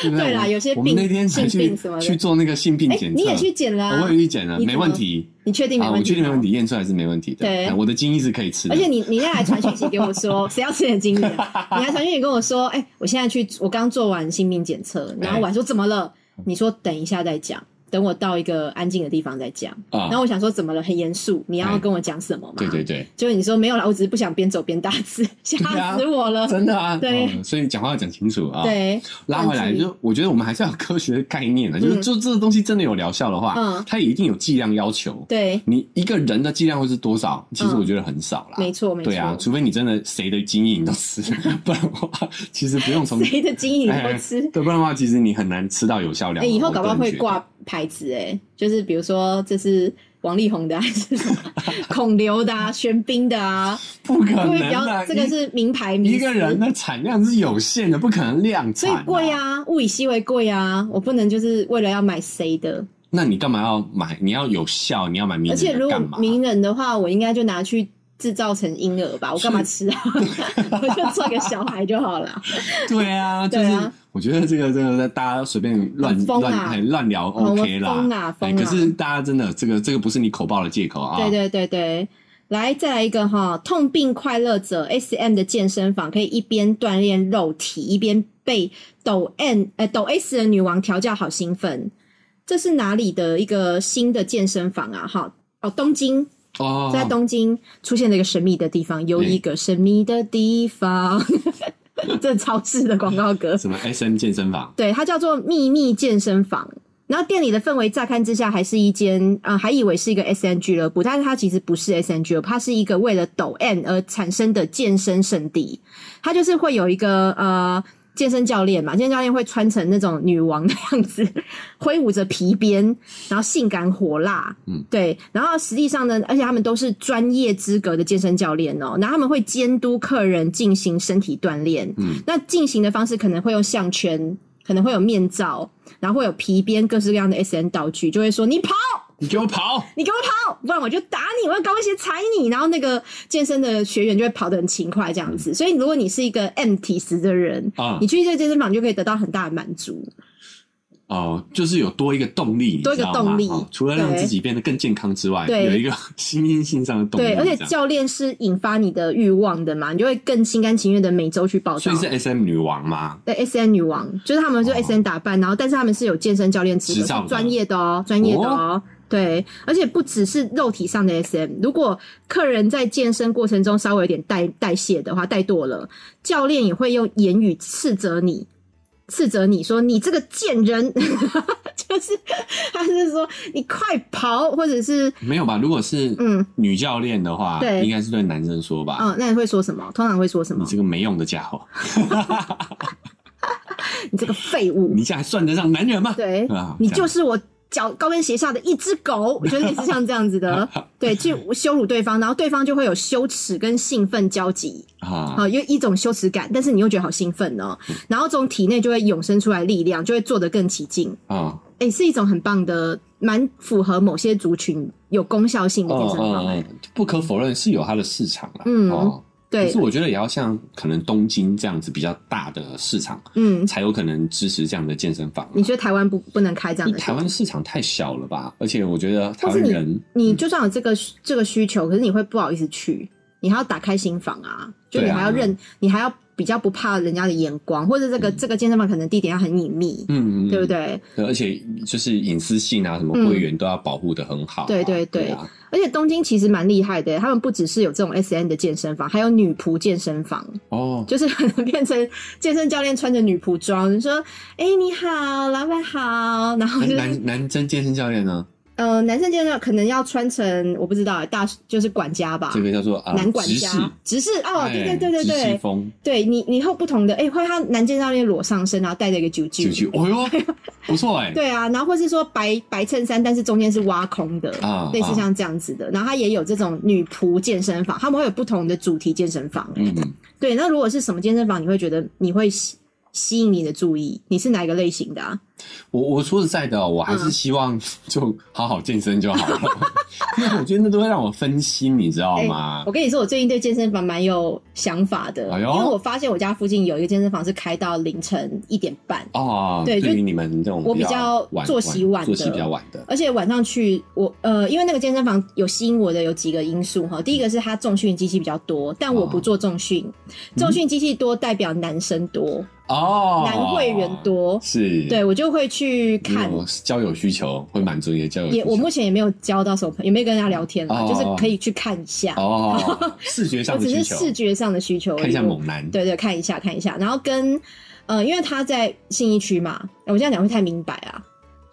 B: 对不对？
A: 对啦
B: 我
A: 有些
B: 我们
A: 病
B: 那天才
A: 性病
B: 去
A: 什么的
B: 去做那个性病
A: 哎、
B: 检测，
A: 你也去检啦、
B: 我也去检了，
A: 你
B: 没
A: 怎么
B: 问题。
A: 你确定没
B: 啊，
A: 问题、哦
B: 我确定没问。题，验出来是没问题的。
A: 对
B: 哎我的精液是可以吃的。
A: 而且你你那天还传讯息给我
B: [laughs]
A: 说，谁要吃你的精液啊？你还传讯息跟我说，哎、我现在去，我刚做完性病检测，然后我还说怎么了？你说等一下再讲，等我到一个安静的地方再讲。
B: 啊
A: 然，后我想说怎么了？很严肃，你要
B: 哎
A: 跟我讲什么嘛？[laughs]
B: 对对对，
A: 就你说没有啦，我只是不想边走边大吃， [laughs] 吓死我了。
B: 真的啊。
A: 对
B: 嗯所以讲话要讲清楚啊。，
A: 对，
B: 拉回
A: 忘
B: 来
A: 记
B: 就，我觉得我们还是要有科学的概念的，就是
A: 嗯
B: 就这个东西真的有疗效的话，
A: 嗯
B: 它也一定有剂量要求。
A: 对，
B: 你一个人的剂量会是多少？其实
A: 嗯
B: 我觉得很少啦。
A: 没错没错。
B: 对啊，除非你真的谁的精液你都
A: [laughs]
B: 吃，不然的话，其实不用从
A: 谁的精液你
B: 哎
A: 都吃？
B: 对，不然的话，其实你很难吃到有效
A: 哎、
B: 量啊。
A: 以后
B: 我
A: 搞不好
B: 个人
A: 会
B: 觉得
A: 挂牌子哎、就是比如说这是王力宏的、啊，还是什
B: [laughs]
A: 么孔刘的、啊、玄彬的啊，
B: 不
A: 会
B: 可
A: 不会比
B: 能
A: 较
B: 啊！
A: 这个
B: 一
A: 是名牌名
B: 一个人啊的产量是有限的，不可能量
A: 所啊
B: 产、
A: 以贵。啊，物以稀为贵啊，我不能就是为了要买谁的，
B: 那你干嘛要买？你要有效，你要买名
A: 而且
B: 人
A: 如
B: 的
A: 果
B: 干嘛？啊
A: 名人的话，我应该就拿去制造成婴儿吧，我干嘛吃啊？ [laughs] 我就做个小孩就好
B: [laughs]
A: 了。
B: 对啊，
A: [laughs]
B: 就
A: 对
B: 是
A: 啊
B: 我觉得这个真的大家随便乱
A: 很疯
B: 乱
A: 啊
B: 哎乱聊
A: 嗯我
B: OK 啦
A: 疯啊，
B: 哎
A: 疯啊
B: 可是大家真的这个这个不是你口爆的借口啊，
A: 对对对对，来再来一个哈，痛病快乐者 S M 的健身房可以一边锻炼肉体，一边被抖 N 呃抖 S 的女王调教，好兴奋。这是哪里的一个新的健身房啊？哈哦，东京，
B: 哦，
A: 在东京出现了一个神秘的地方，有一个神秘的地方， [laughs] 这超市的广告歌。
B: 什么 SM 健身房，
A: 对，它叫做秘密健身房。然后店里的氛围乍看之下还是一间啊、呃还以为是一个 S N 俱乐部，但是它其实不是 S N 俱乐部，它是一个为了抖 N 而产生的健身圣地。它就是会有一个呃健身教练嘛，健身教练会穿成那种女王的样子，挥舞着皮鞭，然后性感火辣，
B: 嗯，
A: 对。然后实际上呢，而且他们都是专业资格的健身教练哦，然后他们会监督客人进行身体锻炼，那进行的方式可能会用项圈，可能会有面罩，然后会有皮鞭，各式各样的 S N 道具，就会说你跑，
B: 你给我
A: [laughs]
B: 跑！
A: 你给我跑，不然我就打你，我用高跟鞋踩你。然后那个健身的学员就会跑得很勤快，这样子。所以如果你是一个 M 体质的人，
B: 啊
A: 你去这个健身房就可以得到很大的满足。
B: 哦，就是有多一个动力，你
A: 多一个
B: 知道
A: 动
B: 吗
A: 力
B: 哦除了让
A: 对
B: 自己变得更健康之外，
A: 对
B: 有一个 [laughs] 心因性上的动力，
A: 对，而且
B: 这样
A: 教练是引发你的欲望的嘛，你就会更心甘情愿的每周去报
B: 所
A: 道
B: 以。是 SM 女王吗？
A: 对 S N 女王，就是他们就
B: 哦
A: S N 打扮，然后但是他们是有健身教练资格，
B: 执照的
A: 是专业的哦，专业的哦。 [laughs] 对，而且不只是肉体上的 SM，如果客人在健身过程中稍微有点代代谢的话，怠惰了，教练也会用言语斥责你，斥责你说你这个贱人， [laughs] 就是他是说你快跑，或者是
B: 没有吧？如果是
A: 嗯
B: 女教练的话，
A: 对
B: 应该是对男生说吧，
A: 嗯，那你会说什么？通常会说什
B: 你
A: 么？
B: 这个没用的家伙，
A: 你这个废物，
B: 你这还算得上男 [laughs] 人吗？
A: 对
B: 啊，
A: 你
B: 这样
A: 就是我脚高跟鞋下的一只狗，我觉得类似像这样子
B: [laughs]
A: 的，对，去羞辱对方，然后对方就会有羞耻跟兴奋交集，
B: 啊，嗯
A: 啊、有一种羞耻感，但是你又觉得好兴奋哦，然后从体内就会涌生出来力量，就会做得更起劲，
B: 啊，
A: 哎、是一种很棒的，蛮符合某些族群有功效性的健身方案，
B: 哦哦不可否认是有它的市场啦。
A: 嗯
B: 哦，可
A: 对
B: 是，我觉得也要像可能东京这样子比较大的市场，
A: 嗯，
B: 才有可能支持这样的健身房啊。
A: 你觉得台湾不不能开这样
B: 因
A: 的
B: 为
A: 店？
B: 台湾的市场太小了吧？而且我觉得台
A: 或是
B: 湾
A: 你
B: 人
A: 你就算有这个需这个需求，可是你会不好意思去，你还要打开心房啊，就
B: 对啊
A: 你还要认，你还要比较不怕人家的眼光，或者这个、这个健身房可能地点要很隐秘，
B: 嗯嗯，嗯
A: 对不？
B: 嗯
A: 对？
B: 对而且就是隐私性啊，什么
A: 嗯
B: 会员都要保护的很好啊。
A: 对对
B: 对
A: 对
B: 啊，
A: 而且东京其实蛮厉害的，他们不只是有这种 S N 的健身房，还有女仆健身房，
B: 哦，
A: 就是可能变成 [laughs] 健身教练穿着女仆装，说：“哎、你好，老板好。”然后
B: 那
A: 就是
B: 男男生健身教练呢？
A: 呃，男生健身可能要穿成我不知道大就是管家吧
B: 这，个叫做啊，
A: 男管
B: 直视
A: 家，执事哦，对对对对
B: 哎直
A: 对
B: 视，风
A: 对你，你后不同的，哎、会他男健教练裸上身，然后带着一个九
B: 进
A: 九，
B: 去，哦哟，不错
A: [laughs]
B: 哎，
A: 对啊，然后或是说白白衬衫，但是中间是挖空的，
B: 啊
A: 类似
B: 啊
A: 像这样子的。然后他也有这种女仆健身房，他们会有不同的主题健身房、哎
B: 嗯，
A: 对，那如果是什么健身房，你会觉得你会吸吸引你的注意？你是哪一个类型的啊？
B: 我我说实在的，我
A: 嗯
B: 还是希望就好好健身就好了， [laughs] 因为我觉得那都会让我分心，你知道吗
A: 我？跟你说，我最近对健身房蛮有想法的，
B: 啊哎
A: 因
B: 呦
A: 为我发现我家附近有一个健身房是开到凌晨一点半，
B: 哦，
A: 对就
B: 于你们这种
A: 我比较
B: 晚
A: 作息晚的
B: 作息比较晚的，
A: 而且晚上去我呃，因为那个健身房有吸引我的有几个因素
B: 嗯
A: 哈。第一个是它重训机器比较多，但我不做重训，重训机器多代表男生多，
B: 哦，
A: 男会员多，
B: 是，
A: 对我就会去
B: 你
A: 看。
B: 有交友需求会满足你的交友需
A: 也
B: 求，
A: 我目前也没有交到什么朋友，也没有跟人家聊天啦，
B: 哦
A: 就是可以去看一下， [laughs]
B: 哦，视觉
A: 我
B: 上的
A: 只
B: 需
A: 是
B: 求，
A: 视觉上的需求而已。
B: 看一下
A: 我
B: 猛男，
A: 对对，看一下看一下，然后跟呃，因为他在信义区嘛，我这样讲会太明白啊，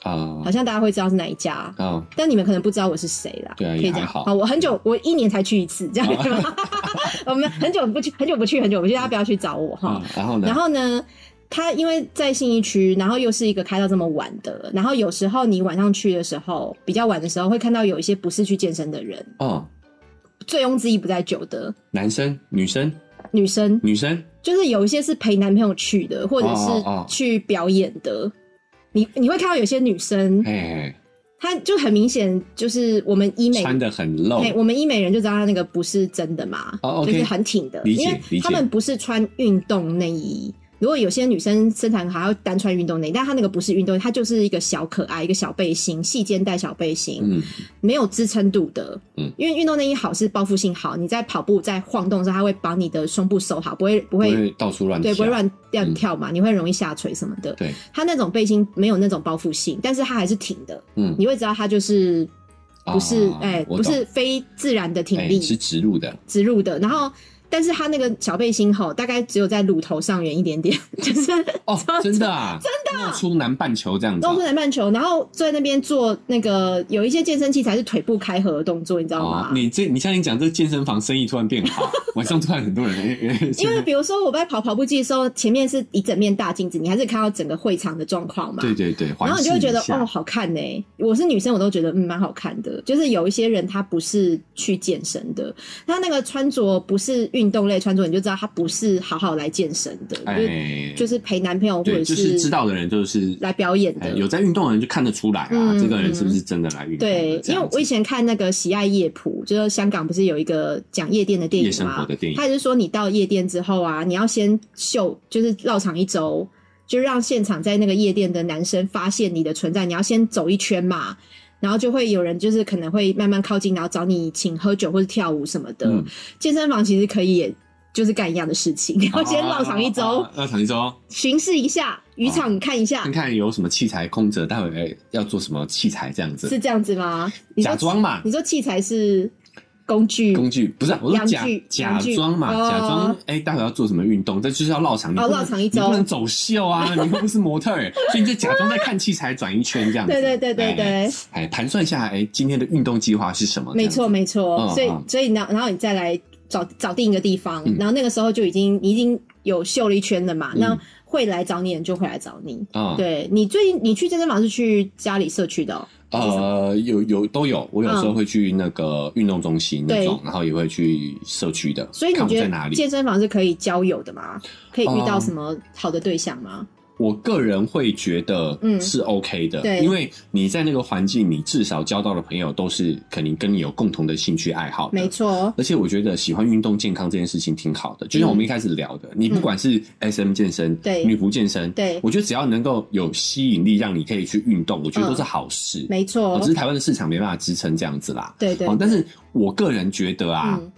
B: 啊
A: 好像大家会知道是哪一家、啊。
B: 啊，
A: 但你们可能不知道我是谁啦，
B: 对啊
A: 可
B: 也
A: 以这样
B: 还好哦
A: 我很久，我一年才去一次，这样可以
B: [laughs]
A: 吗？ [laughs] 我们很久不去，很久不去，很久不去，大家不要去找我哈
B: 嗯。然后呢？
A: 然后呢，他因为在信义区，然后又是一个开到这么晚的，然后有时候你晚上去的时候，比较晚的时候，会看到有一些不是去健身的人，
B: 哦，
A: 醉翁之意不在酒的
B: 男生、女生、
A: 女生，
B: 女生，
A: 就是有一些是陪男朋友去的，或者
B: 哦哦哦
A: 是去表演的。你你会看到有些女生，
B: 哎，
A: 他就很明显就是我们医美
B: 穿的很露
A: 哎，，我们医美人就知道他那个不是真的嘛，
B: 哦
A: 就是
B: OK
A: 很挺的，
B: 理解
A: 因为
B: 理
A: 他
B: 解
A: 们不是穿运动内衣。如果有些女生身材很好，还要单穿运动内衣，但她那个不是运动内衣，她就是一个小可爱，一个小背心，细肩带小背心，
B: 嗯，
A: 没有支撑度的。
B: 嗯，
A: 因为运动内衣好是包覆性好，你在跑步在晃动的时候，它会把你的胸部收好，不会不
B: 不
A: 会
B: 会到处乱
A: 对不会
B: 跳
A: 乱乱跳嘛，你会容易下垂什么的。
B: 对，
A: 它那种背心没有那种包覆性，但是它还是挺的，
B: 嗯，
A: 你会知道它就是不是
B: 啊
A: 哎、
B: 我
A: 不是
B: 懂
A: 非自然的挺
B: 哎
A: 力
B: 是植入的，
A: 植入的，然后。但是它那个小背心吼，大概只有在乳头上缘一点 [laughs] 点，就是 [laughs]
B: 哦
A: 超，
B: 真的啊，真的出南半球这样子啊
A: 露出，南半球，然后坐在那边做那个有一些健身器材是腿部开合的动作，你知道吗？
B: 哦，你这你像你讲这健身房生意突然变好， [laughs] 晚上突然很多人，哎哎
A: 因为比如说我在跑跑步机的时候，前面是一整面大镜子，你还是看到整个会场的状况嘛。
B: 对对对，
A: 然后你就会觉得
B: 环视一下
A: 哦，，好看呢、我是女生，我都觉得嗯，蛮好看的。就是有一些人他不是去健身的，他那个穿着不是运动类穿着，你就知道他不是好好来健身的，
B: 哎，
A: 就就是陪男朋友或者
B: 对，就是知道的人就是
A: 来表演
B: 哎
A: 的。
B: 有在运动的人就看得出来啊，
A: 嗯
B: 这个人是不是真的来运动的？
A: 对，因
B: 这样
A: 为
B: 子
A: 我以前看那个《喜爱夜蒲》，就是香港不是有一个讲夜店的电
B: 夜
A: 影
B: 生活
A: 吗？
B: 的电影
A: 他，就是说你到夜店之后啊，你要先秀，就是绕场一周，就让现场在那个夜店的男生发现你的存在，你要先走一圈嘛。然后就会有人就是可能会慢慢靠近，然后找你请喝酒或者跳舞什么的。
B: 嗯
A: 健身房其实可以也就是干一样的事情，然后先绕场一周，
B: 啊，啊啊啊绕场一周，
A: 巡视一下渔场看一下，
B: 看看有什么器材空着，待会要做什么器材这样子，
A: 是这样子吗？你说
B: 假装嘛，
A: 你说器材是工具
B: 工具不是啊我说
A: 洋
B: 假
A: 嗯具
B: 假
A: 洋具
B: 装嘛，
A: 哦
B: 假装哎，待会要做什么运动，这就是要绕场，你
A: 哦
B: 不能
A: 绕场一
B: 你不
A: 周
B: 能走秀
A: [laughs]
B: 啊，你又不是模特儿，所以你就假装在看器材转一圈这样子，
A: 对对对对对
B: 哎，哎，盘算一下，哎，今天的运动计划是什么？
A: 没错，没错。
B: 嗯
A: 所以
B: 嗯
A: 所以然后然后你再来找找定一个地方，
B: 嗯
A: 然后那个时候就已经你已经有秀了一圈了嘛，
B: 嗯
A: 那会来找你的人就会来找你。
B: 这样子，嗯，
A: 对你最近你去健身房是去家里社区的、哦，
B: 呃，有有都有，我有时候会去那个运动中心那种，然后也会去社区的，
A: 嗯所以
B: 看
A: 你
B: 我
A: 觉
B: 在哪
A: 得
B: 里？
A: 健身房是可以交友的吗？可以遇到
B: 哦
A: 什么好的对象吗？
B: 我个人会觉得
A: 嗯
B: 是 OK 的，
A: 对
B: 因为你在那个环境，你至少交到的朋友都是肯定跟你有共同的兴趣爱好的
A: 没错，
B: 而且我觉得喜欢运动健康这件事情挺好的，就像我们一开始聊的，你不管是 S M 健身、
A: 嗯对
B: 女仆健身，
A: 对，
B: 我觉得只要能够有吸引力让你可以去运动，我觉得都是好事。
A: 嗯没错
B: 哦只，是台湾的市场没办法支撑这样子啦。
A: 对对
B: 哦，，但是我个人觉得啊，
A: 嗯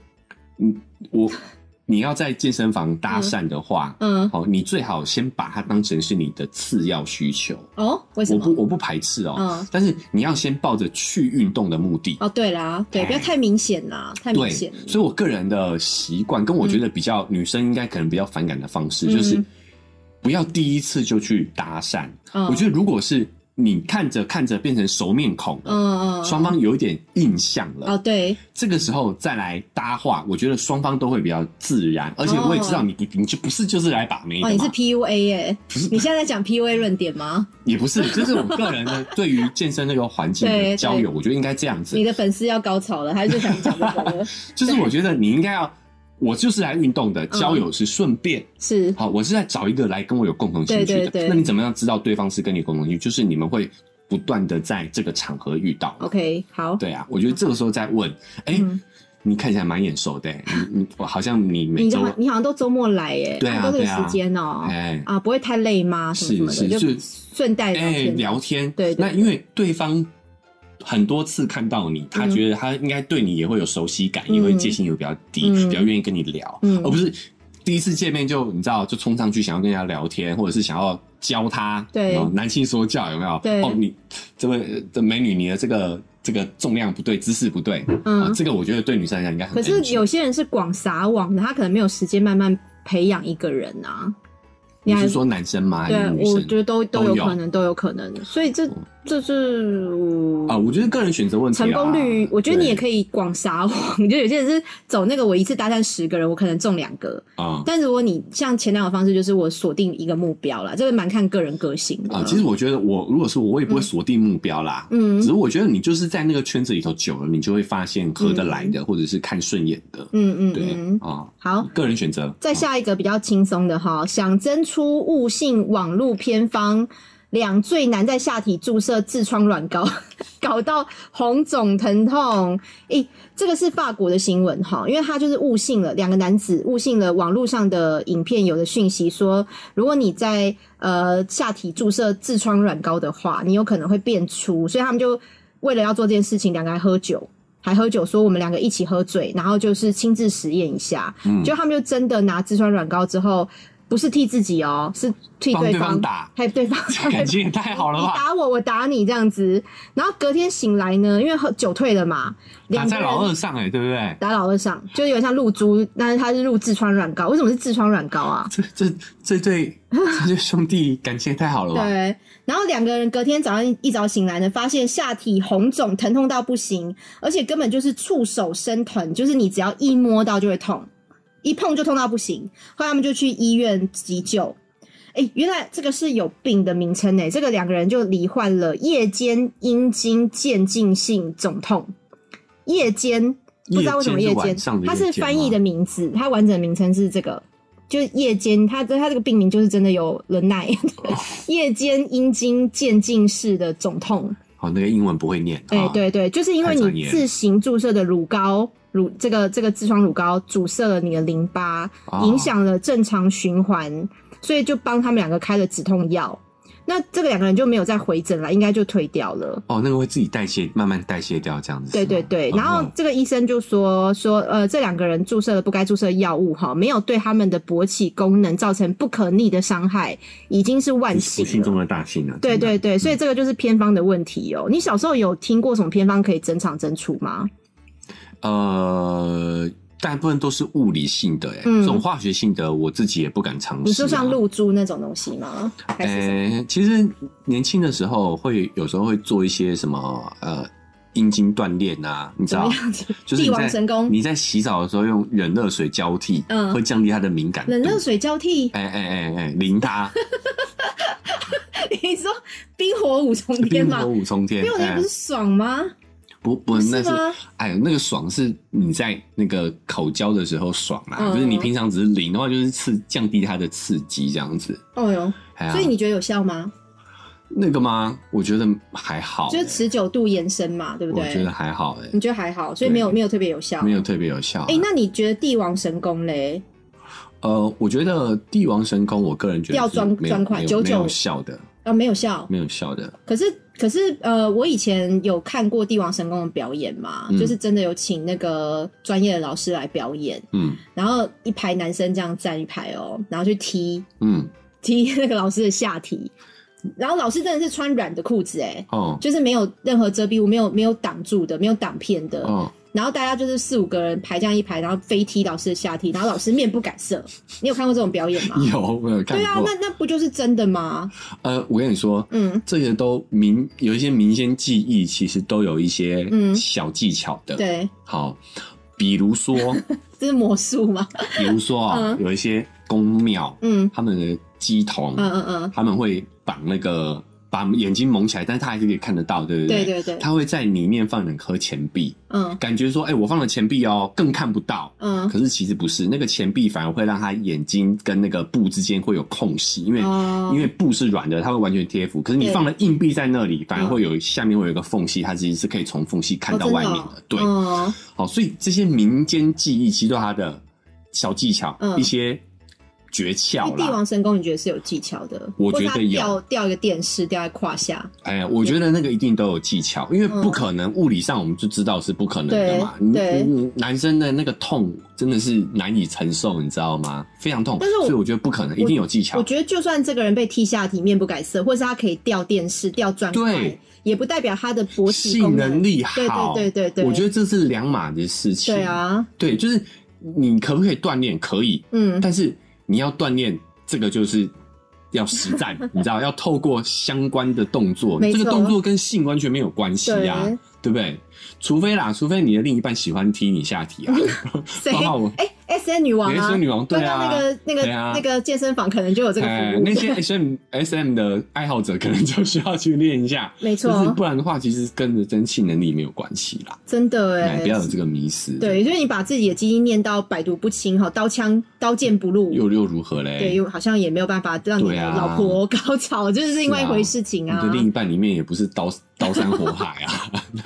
B: 我你要在健身房搭讪的话，
A: 嗯，
B: 好、你最好先把它当成是你的次要需求。
A: 哦，为什
B: 我不
A: 么？
B: 我不排斥哦，
A: 嗯
B: 但是你要先抱着去运动的目的。
A: 哦，对啦，对，不要
B: 哎
A: 太明显啦，太明
B: 对，
A: 显了。
B: 所以我个人的习惯跟我觉得比较、女生应该可能比较反感的方式，
A: 嗯
B: 就是不要第一次就去搭讪。
A: 嗯
B: 我觉得如果是你看着看着变成熟面孔了，
A: 嗯嗯，
B: 双方有一点印象了，
A: 哦，对，
B: 这个时候再来搭话，我觉得双方都会比较自然，而且我也知道你不，你就不是就是来把妹
A: 嗯哦，
B: 的
A: 你
B: 嘛，
A: 是 PUA 耶？你现在在讲 PUA 论点吗？
B: 也不是，就是我个人呢，对于健身那个环境
A: 对
B: 的交友，我觉得应该这样子
A: 你，的粉丝要高潮了，还是想讲这个
B: [laughs]
A: 了？
B: 就是我觉得你应该要，我就是来运动的，
A: 嗯
B: 交友是顺便，
A: 是，
B: 好，我是在找一个来跟我有共同兴趣的，
A: 对对对
B: 那你怎么样知道对方是跟你有共同兴趣？就是你们会不断的在这个场合遇到，
A: OK，好，
B: 对啊，我觉得这个时候再问，哎、
A: 哦嗯
B: 你看起来蛮眼熟的、哎你你我好像你每
A: 你
B: 周
A: 好，你好像都周末来耶，
B: 对啊
A: 差不多这
B: 对
A: 个
B: 啊
A: 时间哦，
B: 哎。
A: 啊，不会太累吗？什么什
B: 是
A: 么的，
B: 是
A: 就
B: 就
A: 顺带聊
B: 哎、
A: 天，
B: 聊天，
A: 对对
B: 那因为对方很多次看到你，他
A: 嗯
B: 觉得他应该对你也会有熟悉感，
A: 嗯
B: 也会戒心也会比较低，
A: 嗯
B: 比较愿意跟你聊，
A: 嗯
B: 而不是第一次见面就你知道就冲上去想要跟人家聊天，或者是想要教他，
A: 对
B: 有没有男性说教有没有？
A: 对
B: 哦，你这位呃这美女，你的这个这个重量不对，姿势不对，
A: 嗯
B: 啊这个我觉得对女生来讲应该很
A: 可是
B: NG
A: 有些人是广撒网的，他可能没有时间慢慢培养一个人啊。
B: 你
A: 还
B: 是说男生吗？还
A: 对啊
B: 是，女
A: 我
B: 生？
A: 觉得都都
B: 都
A: 有
B: 有哦
A: 可能，都有可能，所以这这是我
B: 啊，我觉得个人选择问题、啊，
A: 成功率，我觉得你也
B: 对
A: 可以广撒网。 [laughs] 就有些人是走那个，我一次搭讪十个人，我可能中两个。
B: 啊。
A: 但如果你像前两个方式，就是我锁定一个目标啦，这个蛮看个人个性的。
B: 啊，其实我觉得我如果是我，我也不会锁定目标啦。
A: 嗯
B: 只是我觉得你就是在那个圈子里头久了，你就会发现合得来的，或者是看顺眼的。
A: 嗯嗯
B: 对
A: 嗯，
B: 啊，
A: 好。
B: 个人选择。啊
A: 再下一个比较轻松的哈，想征出悟性网路偏方，两最难在下体注射痔疮软膏， [laughs] 搞到红肿疼痛。诶、这个是法国的新闻哈，因为他就是误信了两个男子误信了网络上的影片有的讯息说，如果你在呃下体注射痔疮软膏的话，你有可能会变粗，所以他们就为了要做这件事情，两个还喝酒。还喝酒，说我们两个一起喝醉，然后就是亲自实验一下。
B: 嗯
A: 就他们就真的拿痔疮软膏之后，不是替自己哦，是替
B: 帮
A: 对
B: 对
A: 方
B: 方打，
A: 还
B: [laughs]
A: 对方
B: 感情也太好了
A: 你 [laughs]
B: 吧？
A: 打我，我打你这样子。然后隔天醒来呢，因为喝酒退了嘛，
B: 打
A: 两个
B: 在
A: 人
B: 老二上哎、对不对？
A: 打老二上，就有点像露珠，但是他是露痔疮软膏。为什么是痔疮软膏啊？
B: 这这
A: [laughs]
B: 这对这对兄弟感情也太好了吧？
A: 对，然后两个人隔天早上一早醒来呢，发现下体红肿，疼痛到不行，而且根本就是触手生疼，就是你只要一摸到就会痛，一碰就痛到不行。后来他们就去医院急救。哎、原来这个是有病的名称哎、这个两个人就罹患了夜间阴茎渐进性肿痛，夜间不知道为什么夜
B: 夜
A: 间
B: 间是晚上，的
A: 它
B: 夜间
A: 是翻译的名字，它完整的名称是这个，就是夜间，它它这个病名就是真的有人耐，
B: 哦
A: [laughs] 夜间阴茎渐进式的肿痛，
B: 好，那个英文不会念，
A: 哎、
B: 啊
A: 对对，就是因为
B: 太专
A: 你
B: 业
A: 自行注射的乳膏。乳这个这个痔疮乳膏阻塞了你的淋巴，
B: 哦
A: 影响了正常循环，所以就帮他们两个开了止痛药。那这个两个人就没有再回诊了，应该就退掉了。
B: 哦，那个会自己代谢，慢慢代谢掉这样子。
A: 对
B: 是
A: 对
B: 吗
A: 对，
B: 嗯
A: 然后这个医生就说说，呃，这两个人注射了不该注射的药物哈，没有对他们的勃起功能造成不可逆的伤害，已经是万
B: 不
A: 幸
B: 幸
A: 了。
B: 中的大幸啊！
A: 对
B: 真的
A: 对，对，所以这个就是偏方的问题哦。你小时候有听过什么偏方可以整场整除吗？
B: 呃，大部分都是物理性的、哎、
A: 嗯
B: 这种化学性的我自己也不敢尝试、啊。
A: 你说像露珠那种东西吗？还是什么？
B: 诶、其实年轻的时候会有时候会做一些什么呃阴茎锻炼啊，你知
A: 怎么
B: 道，
A: 样子？
B: [laughs] 就是你
A: 帝王神
B: 在
A: 功
B: 你在洗澡的时候用冷热水交替，
A: 嗯
B: 会降低它的敏
A: [laughs]
B: 感度。
A: 冷热水交替？
B: 哎哎哎哎，淋它，
A: 你说冰火五重天
B: 冰
A: 吗
B: 火？五重天
A: 冰火五。重天
B: 哎
A: 不是爽吗？
B: 不不，
A: 是
B: 那是
A: 吗
B: 哎呦，那个爽是你在那个口交的时候爽啦，
A: 嗯
B: 就是你平常只是淋的话，就是刺降低它的刺激这样子。
A: 哦哟，
B: 哎呀
A: 所以你觉得有效吗？
B: 那个吗？我觉得还好、
A: 就是
B: 欸
A: 持欸久度延伸嘛，对不对？
B: 我觉得还好哎、
A: 你觉得还好，所以没有
B: 对
A: 没有特别有效。
B: 没有特别有效啊、
A: 嗯哎、那你觉得帝王神功嘞？
B: 呃，我觉得帝王神功，我个人觉得
A: 要
B: 是
A: 装
B: 没有
A: 装款
B: 没有
A: 九九
B: 没有效的，
A: 啊，没有效。
B: 没有效的。
A: 可是可是呃，我以前有看过帝王神功的表演嘛，
B: 嗯
A: 就是真的有请那个专业的老师来表演，
B: 嗯
A: 然后一排男生这样站一排哦，然后去踢 [laughs]
B: 嗯
A: 踢那个老师的下体，然后老师真的是穿软的裤子哎。
B: 哦
A: 就是没有任何遮蔽物，没有没有挡住的，没有挡片的，
B: 哦，
A: 然后大家就是四五个人排这样一排，然后飞踢老师的下体，然后老师面不改色。你有看过这种表演
B: [laughs]
A: 吗？
B: 有我有看
A: 对啊，
B: 过
A: 那。那不就是真的吗？
B: 呃，我跟你说，
A: 嗯，
B: 这个都民有一些民间技艺，其实都有一些
A: 嗯
B: 小技巧的。，
A: 对，
B: 好，比
A: [laughs]
B: 如说，
A: 这是魔术
B: [laughs]
A: 吗？
B: 比如说啊，
A: 嗯
B: 有一些宫庙，
A: 嗯
B: 他们的鸡童，
A: 嗯嗯嗯，
B: 他们会绑那个把眼睛蒙起来，但是他还是可以看得到，对不
A: 对
B: 对？
A: 对对，
B: 他会在里面放两颗钱币，
A: 嗯
B: 感觉说，哎、我放了钱币哦，更看不到。
A: 嗯
B: 可是其实不是，那个钱币反而会让他眼睛跟那个布之间会有空隙，因为、
A: 哦
B: 因为布是软的，它会完全贴服。可是你
A: 对
B: 放了硬币在那里，反而
A: 嗯
B: 会有下面会有一个缝隙，它其实是可以从缝隙看到外面的。
A: 哦
B: 对，
A: 哦
B: 好，所以这些民间技艺其实都有它的小技巧，
A: 嗯
B: 一些诀
A: 那
B: 窍
A: 帝
B: 啦。
A: 王神功你觉得是有技巧的？
B: 我觉得
A: 或是他
B: 有
A: 吊吊一个电视吊在胯下，
B: 哎呀，我觉得那个一定都有技巧，因为不可能，物理上我们就知道是不可能的嘛。
A: 嗯对对
B: 你你你男生的那个痛真的是难以承受，你知道吗？非常痛，
A: 但是我
B: 所以我觉得不可能，一定有技巧
A: 我。觉得就算这个人被踢下体面不改色，或是他可以吊电视吊砖块
B: 对，
A: 也不代表他的勃起
B: 性
A: 功
B: 能力
A: 对
B: 好，
A: 对对对对，
B: 我觉得这是两码的事情。
A: 对，啊，
B: 对，就是你可不可以锻炼？可以，
A: 嗯
B: 但是你要锻炼，这个就是要实
A: [laughs]
B: 战，你知道，要透过相关的动作，
A: 没
B: 这
A: 错
B: 个动作跟性完全没有关系呀、
A: 对 [laughs]
B: 对不对？除非啦，除非你的另一半喜欢踢你下体啊，
A: 谁
B: 包括我
A: 哎哎、 S N 女
B: [laughs]
A: 王
B: 有
A: 啊，
B: SM 女王对啊
A: 刚刚那个那个
B: 对啊
A: 那个健身房可能就有这个
B: 哎
A: 服务
B: 那，些 S M [laughs] S M 的爱好者可能就需要去练一下，
A: 没
B: 就是
A: 错，
B: 不然的话，其实跟着真气能力没有关系啦，
A: 真的
B: 哎
A: 哎
B: 不，要有这个迷失。，
A: 对，就是你把自己的基因练到百毒不侵哈，刀枪刀剑不入，
B: 又又如何嘞？
A: 对，又好像也没有办法让你
B: 哎对
A: 的
B: 啊
A: 老婆高潮， [laughs] 就是另外一回事情啊
B: 你的。另一半里面也不是刀刀山火海啊， [laughs]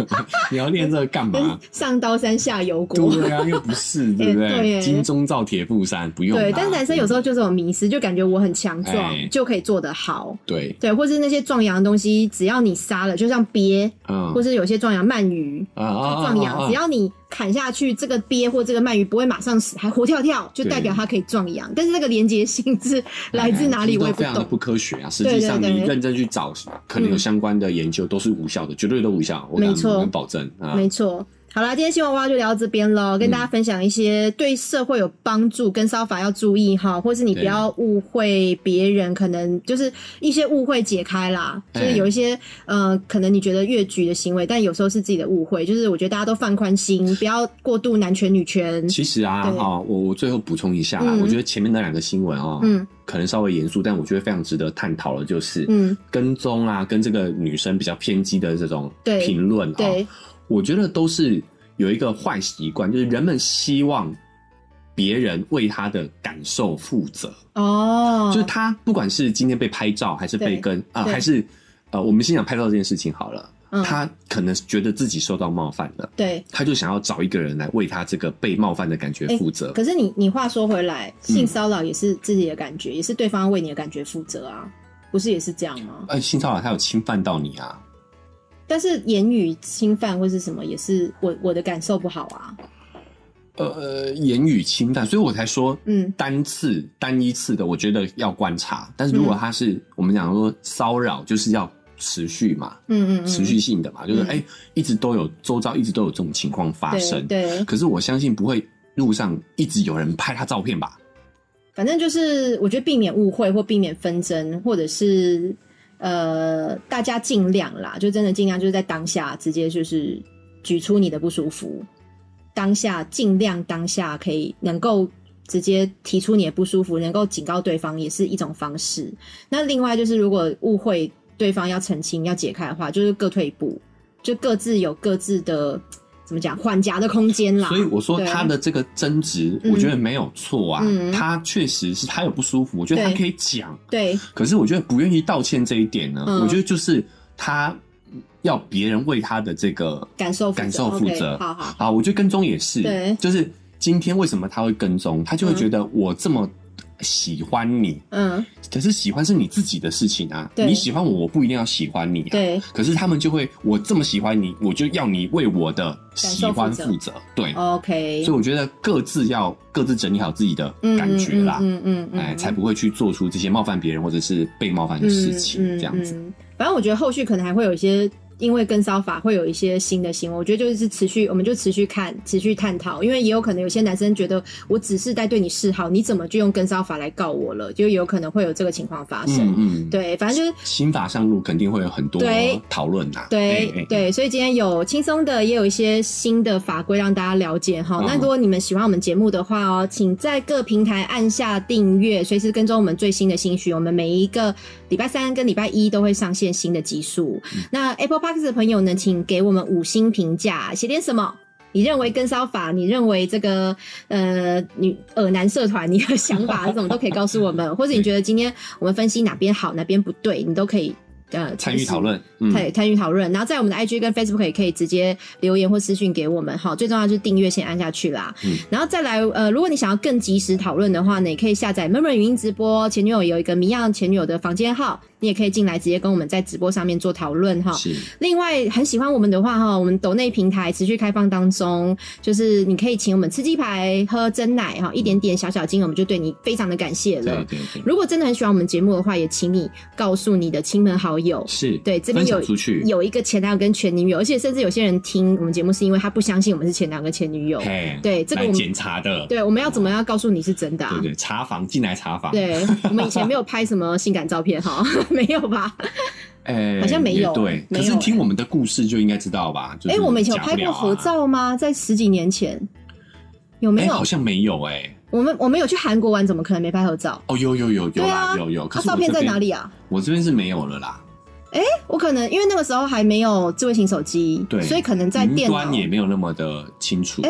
B: 你要练这个干
A: 跟
B: 嘛？
A: 上刀山下油锅，
B: 对啊，又不是，对
A: [laughs]
B: 不
A: 哎对耶
B: 对？金钟罩铁布衫，不用啦。
A: 对，但是男生有时候就是有迷失，就感觉我很强
B: 哎
A: 壮就可以做得好，
B: 对，
A: 对，或是那些壮阳的东西，只要你杀了，就像鳖，
B: 嗯，
A: 或是有些壮阳鳗鱼。
B: 啊啊啊
A: 壮
B: 啊啊
A: 阳，只要你砍下去，这个鳖或这个鳗鱼不会马上死，还活跳跳，就
B: 对
A: 代表它可以壮阳。但是那个连接性是来自哪里，
B: 哎
A: 我也
B: 这都非常的
A: 懂。
B: 不科学啊！实
A: 对
B: 际上，
A: 对
B: 你
A: 对嗯
B: 认真去找，可能有相关的研究都是无效的，绝对都无效，我敢
A: 没错
B: 我敢保证啊！
A: 没错。好啦，今天新闻哇就聊到这边喽，跟大
B: 嗯
A: 家分享一些对社会有帮助跟骚法要注意哈，或是你不
B: 对
A: 要误会别人，可能就是一些误会解开啦，就
B: 哎
A: 是有一些呃，可能你觉得越局的行为，但有时候是自己的误会，就是我觉得大家都放宽心，不要过度男权女权。
B: 其实啊，
A: 对
B: 哈，我我最后补充一下啦，啊
A: 嗯
B: 我觉得前面那两个新闻啊，
A: 嗯
B: 可能稍微严肃，但我觉得非常值得探讨的就是
A: 嗯，
B: 跟踪啊，跟这个女生比较偏激的这种
A: 对
B: 评论啊，
A: 对，
B: 我觉得都是有一个坏习惯，就是人们希望别人为他的感受负责。
A: 哦，
B: 就是他不管是今天被拍照，还是被
A: 对
B: 跟啊、
A: 对
B: 还是呃，我们先讲拍照这件事情好了。
A: 嗯
B: 他可能觉得自己受到冒犯了，
A: 对。
B: 他就想要找一个人来为他这个被冒犯的感觉负责。
A: 可是你你话说回来，性
B: 嗯
A: 骚扰也是自己的感觉，也是对方为你的感觉负责啊，不是也是这样吗？
B: 呃，性骚扰他有侵犯到你啊？
A: 但是言语侵犯或是什么，也是我我的感受不好啊。
B: 呃，言语侵犯，所以我才说，
A: 嗯
B: 单次单一次的，我觉得要观察。但是如
A: 嗯
B: 果他是、我们讲说骚扰，就是要持续嘛，
A: 嗯嗯嗯，
B: 持续性的嘛，就是
A: 嗯
B: 哎、一直都有周遭一直都有这种情况发
A: 对
B: 生。
A: 对，
B: 可是我相信不会路上一直有人拍他照片吧？
A: 反正就是我觉得避免误会或避免纷争，或者是呃，大家尽量啦，就真的尽量就是在当下直接就是举出你的不舒服，当下尽量当下可以能够。直接提出你的不舒服，能够警告对方也是一种方式。那另外就是，如果误会对方要澄清、要解开的话，就是各退一步，就各自有各自的怎么讲缓夹的空间啦。
B: 所以我说
A: 嗯对
B: 他的这个争执，
A: 嗯
B: 我觉得没有错啊，
A: 嗯
B: 他确实是他有不舒服，我觉得
A: 对
B: 他可以讲。
A: 对
B: 可是我觉得不愿意道歉这一点呢，
A: 嗯
B: 我觉得就是他要别人为他的这个
A: 感受负责
B: 感受负责
A: OK，好好
B: 啊，我觉得跟踪也是，
A: 对
B: 就是今天为什么他会跟踪，他就会
A: 嗯
B: 觉得我这么喜欢你，
A: 嗯，
B: 可是喜欢是你自己的事情啊，
A: 对
B: 你喜欢我，我不一定要喜欢你、啊，
A: 对，
B: 可是他们就会，我这么喜欢你，我就要你为我的喜欢
A: 感受
B: 负责。对，
A: OK，
B: 所以我觉得各自要各自整理好自己的感觉啦，
A: 嗯嗯嗯嗯，
B: 哎，才不会去做出这些冒犯别人或者是被冒犯的事情，这样子。
A: 嗯嗯嗯反正我觉得后续可能还会有一些。因为跟骚法会有一些新的行为，我觉得就是持续，我们就持续看、持续探讨，因为也有可能有些男生觉得我只是在对你示好，你怎么就用跟骚法来告我了？就有可能会有这个情况发生。
B: 嗯嗯，
A: 对，反正就是
B: 刑法上路肯定会有很多
A: 对
B: 讨论呐。
A: 对、
B: 哎哎
A: 对，所以今天有轻松的，也有一些新的法规让大家了解哈。
B: 嗯
A: 那如果你们喜欢我们节目的话哦，请在各平台按下订阅，随时跟踪我们最新的新讯。我们每一个礼拜三跟礼拜一都会上线新的集数。
B: 嗯
A: 那 Apple Park 的朋友呢，请给我们五星评价，写点什么？你认为跟骚法？你认为这个呃女耳男社团你的想法是什么？都可以告诉我们，或者你觉得今天我们分析哪边好，哪边不对，你都可以呃
B: 参与讨
A: 论。
B: 论，嗯，
A: 参参与讨论，然后在我们的 IG 跟 Facebook 也可以直接留言或私讯给我们哈。最重要就是订阅先按下去啦，
B: 嗯
A: 然后再来呃，如果你想要更及时讨论的话呢，也可以下载 m e m o r 语音直播，前女友有一个谜样前女友的房间号，你也可以进来直接跟我们在直播上面做讨论哈。
B: 是
A: 另外，很喜欢我们的话哈，我们抖内平台持续开放当中，就是你可以请我们吃鸡排、喝真奶哈，一点点小小金额，我们就对你非常的感谢
B: 嗯对
A: 了。
B: 对对，
A: 如果真的很喜欢我们节目的话，也请你告诉你的亲朋好友，
B: 是，
A: 对这边
B: 分享
A: 有
B: 出去，
A: 有一个前男友跟前女友，而且甚至有些人听我们节目是因为他不相信我们是前男友跟前女友。
B: 嘿，
A: 对这个
B: 来
A: 我们
B: 检查的，
A: 对，我们要怎么样告诉你是真的啊
B: 对？对，查房进来查房，
A: 对，我们以前没有拍什么性感照片哈， [laughs] 没有吧？
B: 哎，
A: 好像没有
B: 也对，
A: 没
B: 可
A: 有
B: 是听我哎们的故事就应该知道吧？就是
A: 哎，我们以前有
B: 假啊
A: 拍
B: 不
A: 过
B: 了啊
A: 合照吗？在十几年前，有没
B: 哎，
A: 有？
B: 好像没有哎。
A: 我们我们有去韩国玩，怎么可能没拍合照？
B: 哦，有有有有
A: 对
B: 啦，
A: 啊
B: 有哦有。可
A: 他
B: 是
A: 照
B: 我
A: 片
B: 这
A: 在
B: 边
A: 哪？里啊？
B: 我这边是没有了啦，
A: 我可能因为那个时候还没有智慧型手机，
B: 对
A: 所以可能在
B: 云
A: 电脑哎
B: 端，也没有那么的清楚。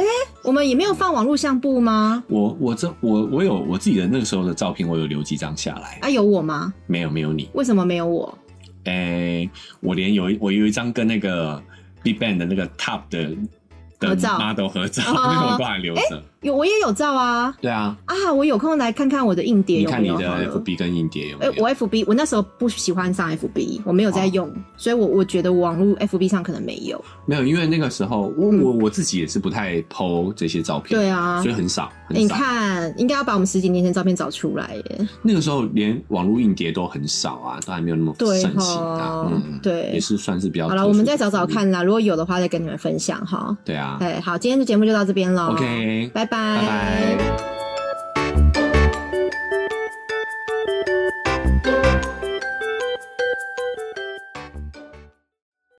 A: 我们也没有放网络相簿吗？
B: 我我这我我有我自己的那个时候的照片，我有留几张下来。
A: 啊，有我吗？
B: 没有没有你，
A: 为什么没有我？
B: 哎、我连有一我有一张跟那个 Big Bang 的那个 Top 的的
A: 合照
B: model 合照，
A: 哦
B: [laughs] 那个我都还留着。
A: 有我也有照啊
B: 对啊，
A: 啊！我有空来看看我的硬碟
B: 你
A: 有
B: 看
A: 没
B: 你
A: 有
B: 的
A: 好了。
B: FB 跟硬碟有没
A: 哎、
B: 有？
A: 我 FB 我那时候不喜欢上 FB，我没有
B: 哦
A: 在用，所以我我觉得网络 FB 上可能没有。
B: 没有，因为那个时候我
A: 嗯
B: 我我自己也是不太 PO 这些照片，
A: 对啊
B: 所以很少很
A: 哎你
B: 少。
A: 看，应该要把我们十几年前照片找出来耶。
B: 那个时候连网络硬碟都很少啊，都还没有那么
A: 对
B: 盛行啊
A: 哈。
B: 嗯，
A: 对
B: 也是算是比较。
A: 好了，我们再找找。看啦，如果有的话再跟你们分享哈。哎
B: 对啊
A: 对，好，今天的节目就到这边了。
B: ，OK，
A: 拜
B: 拜拜。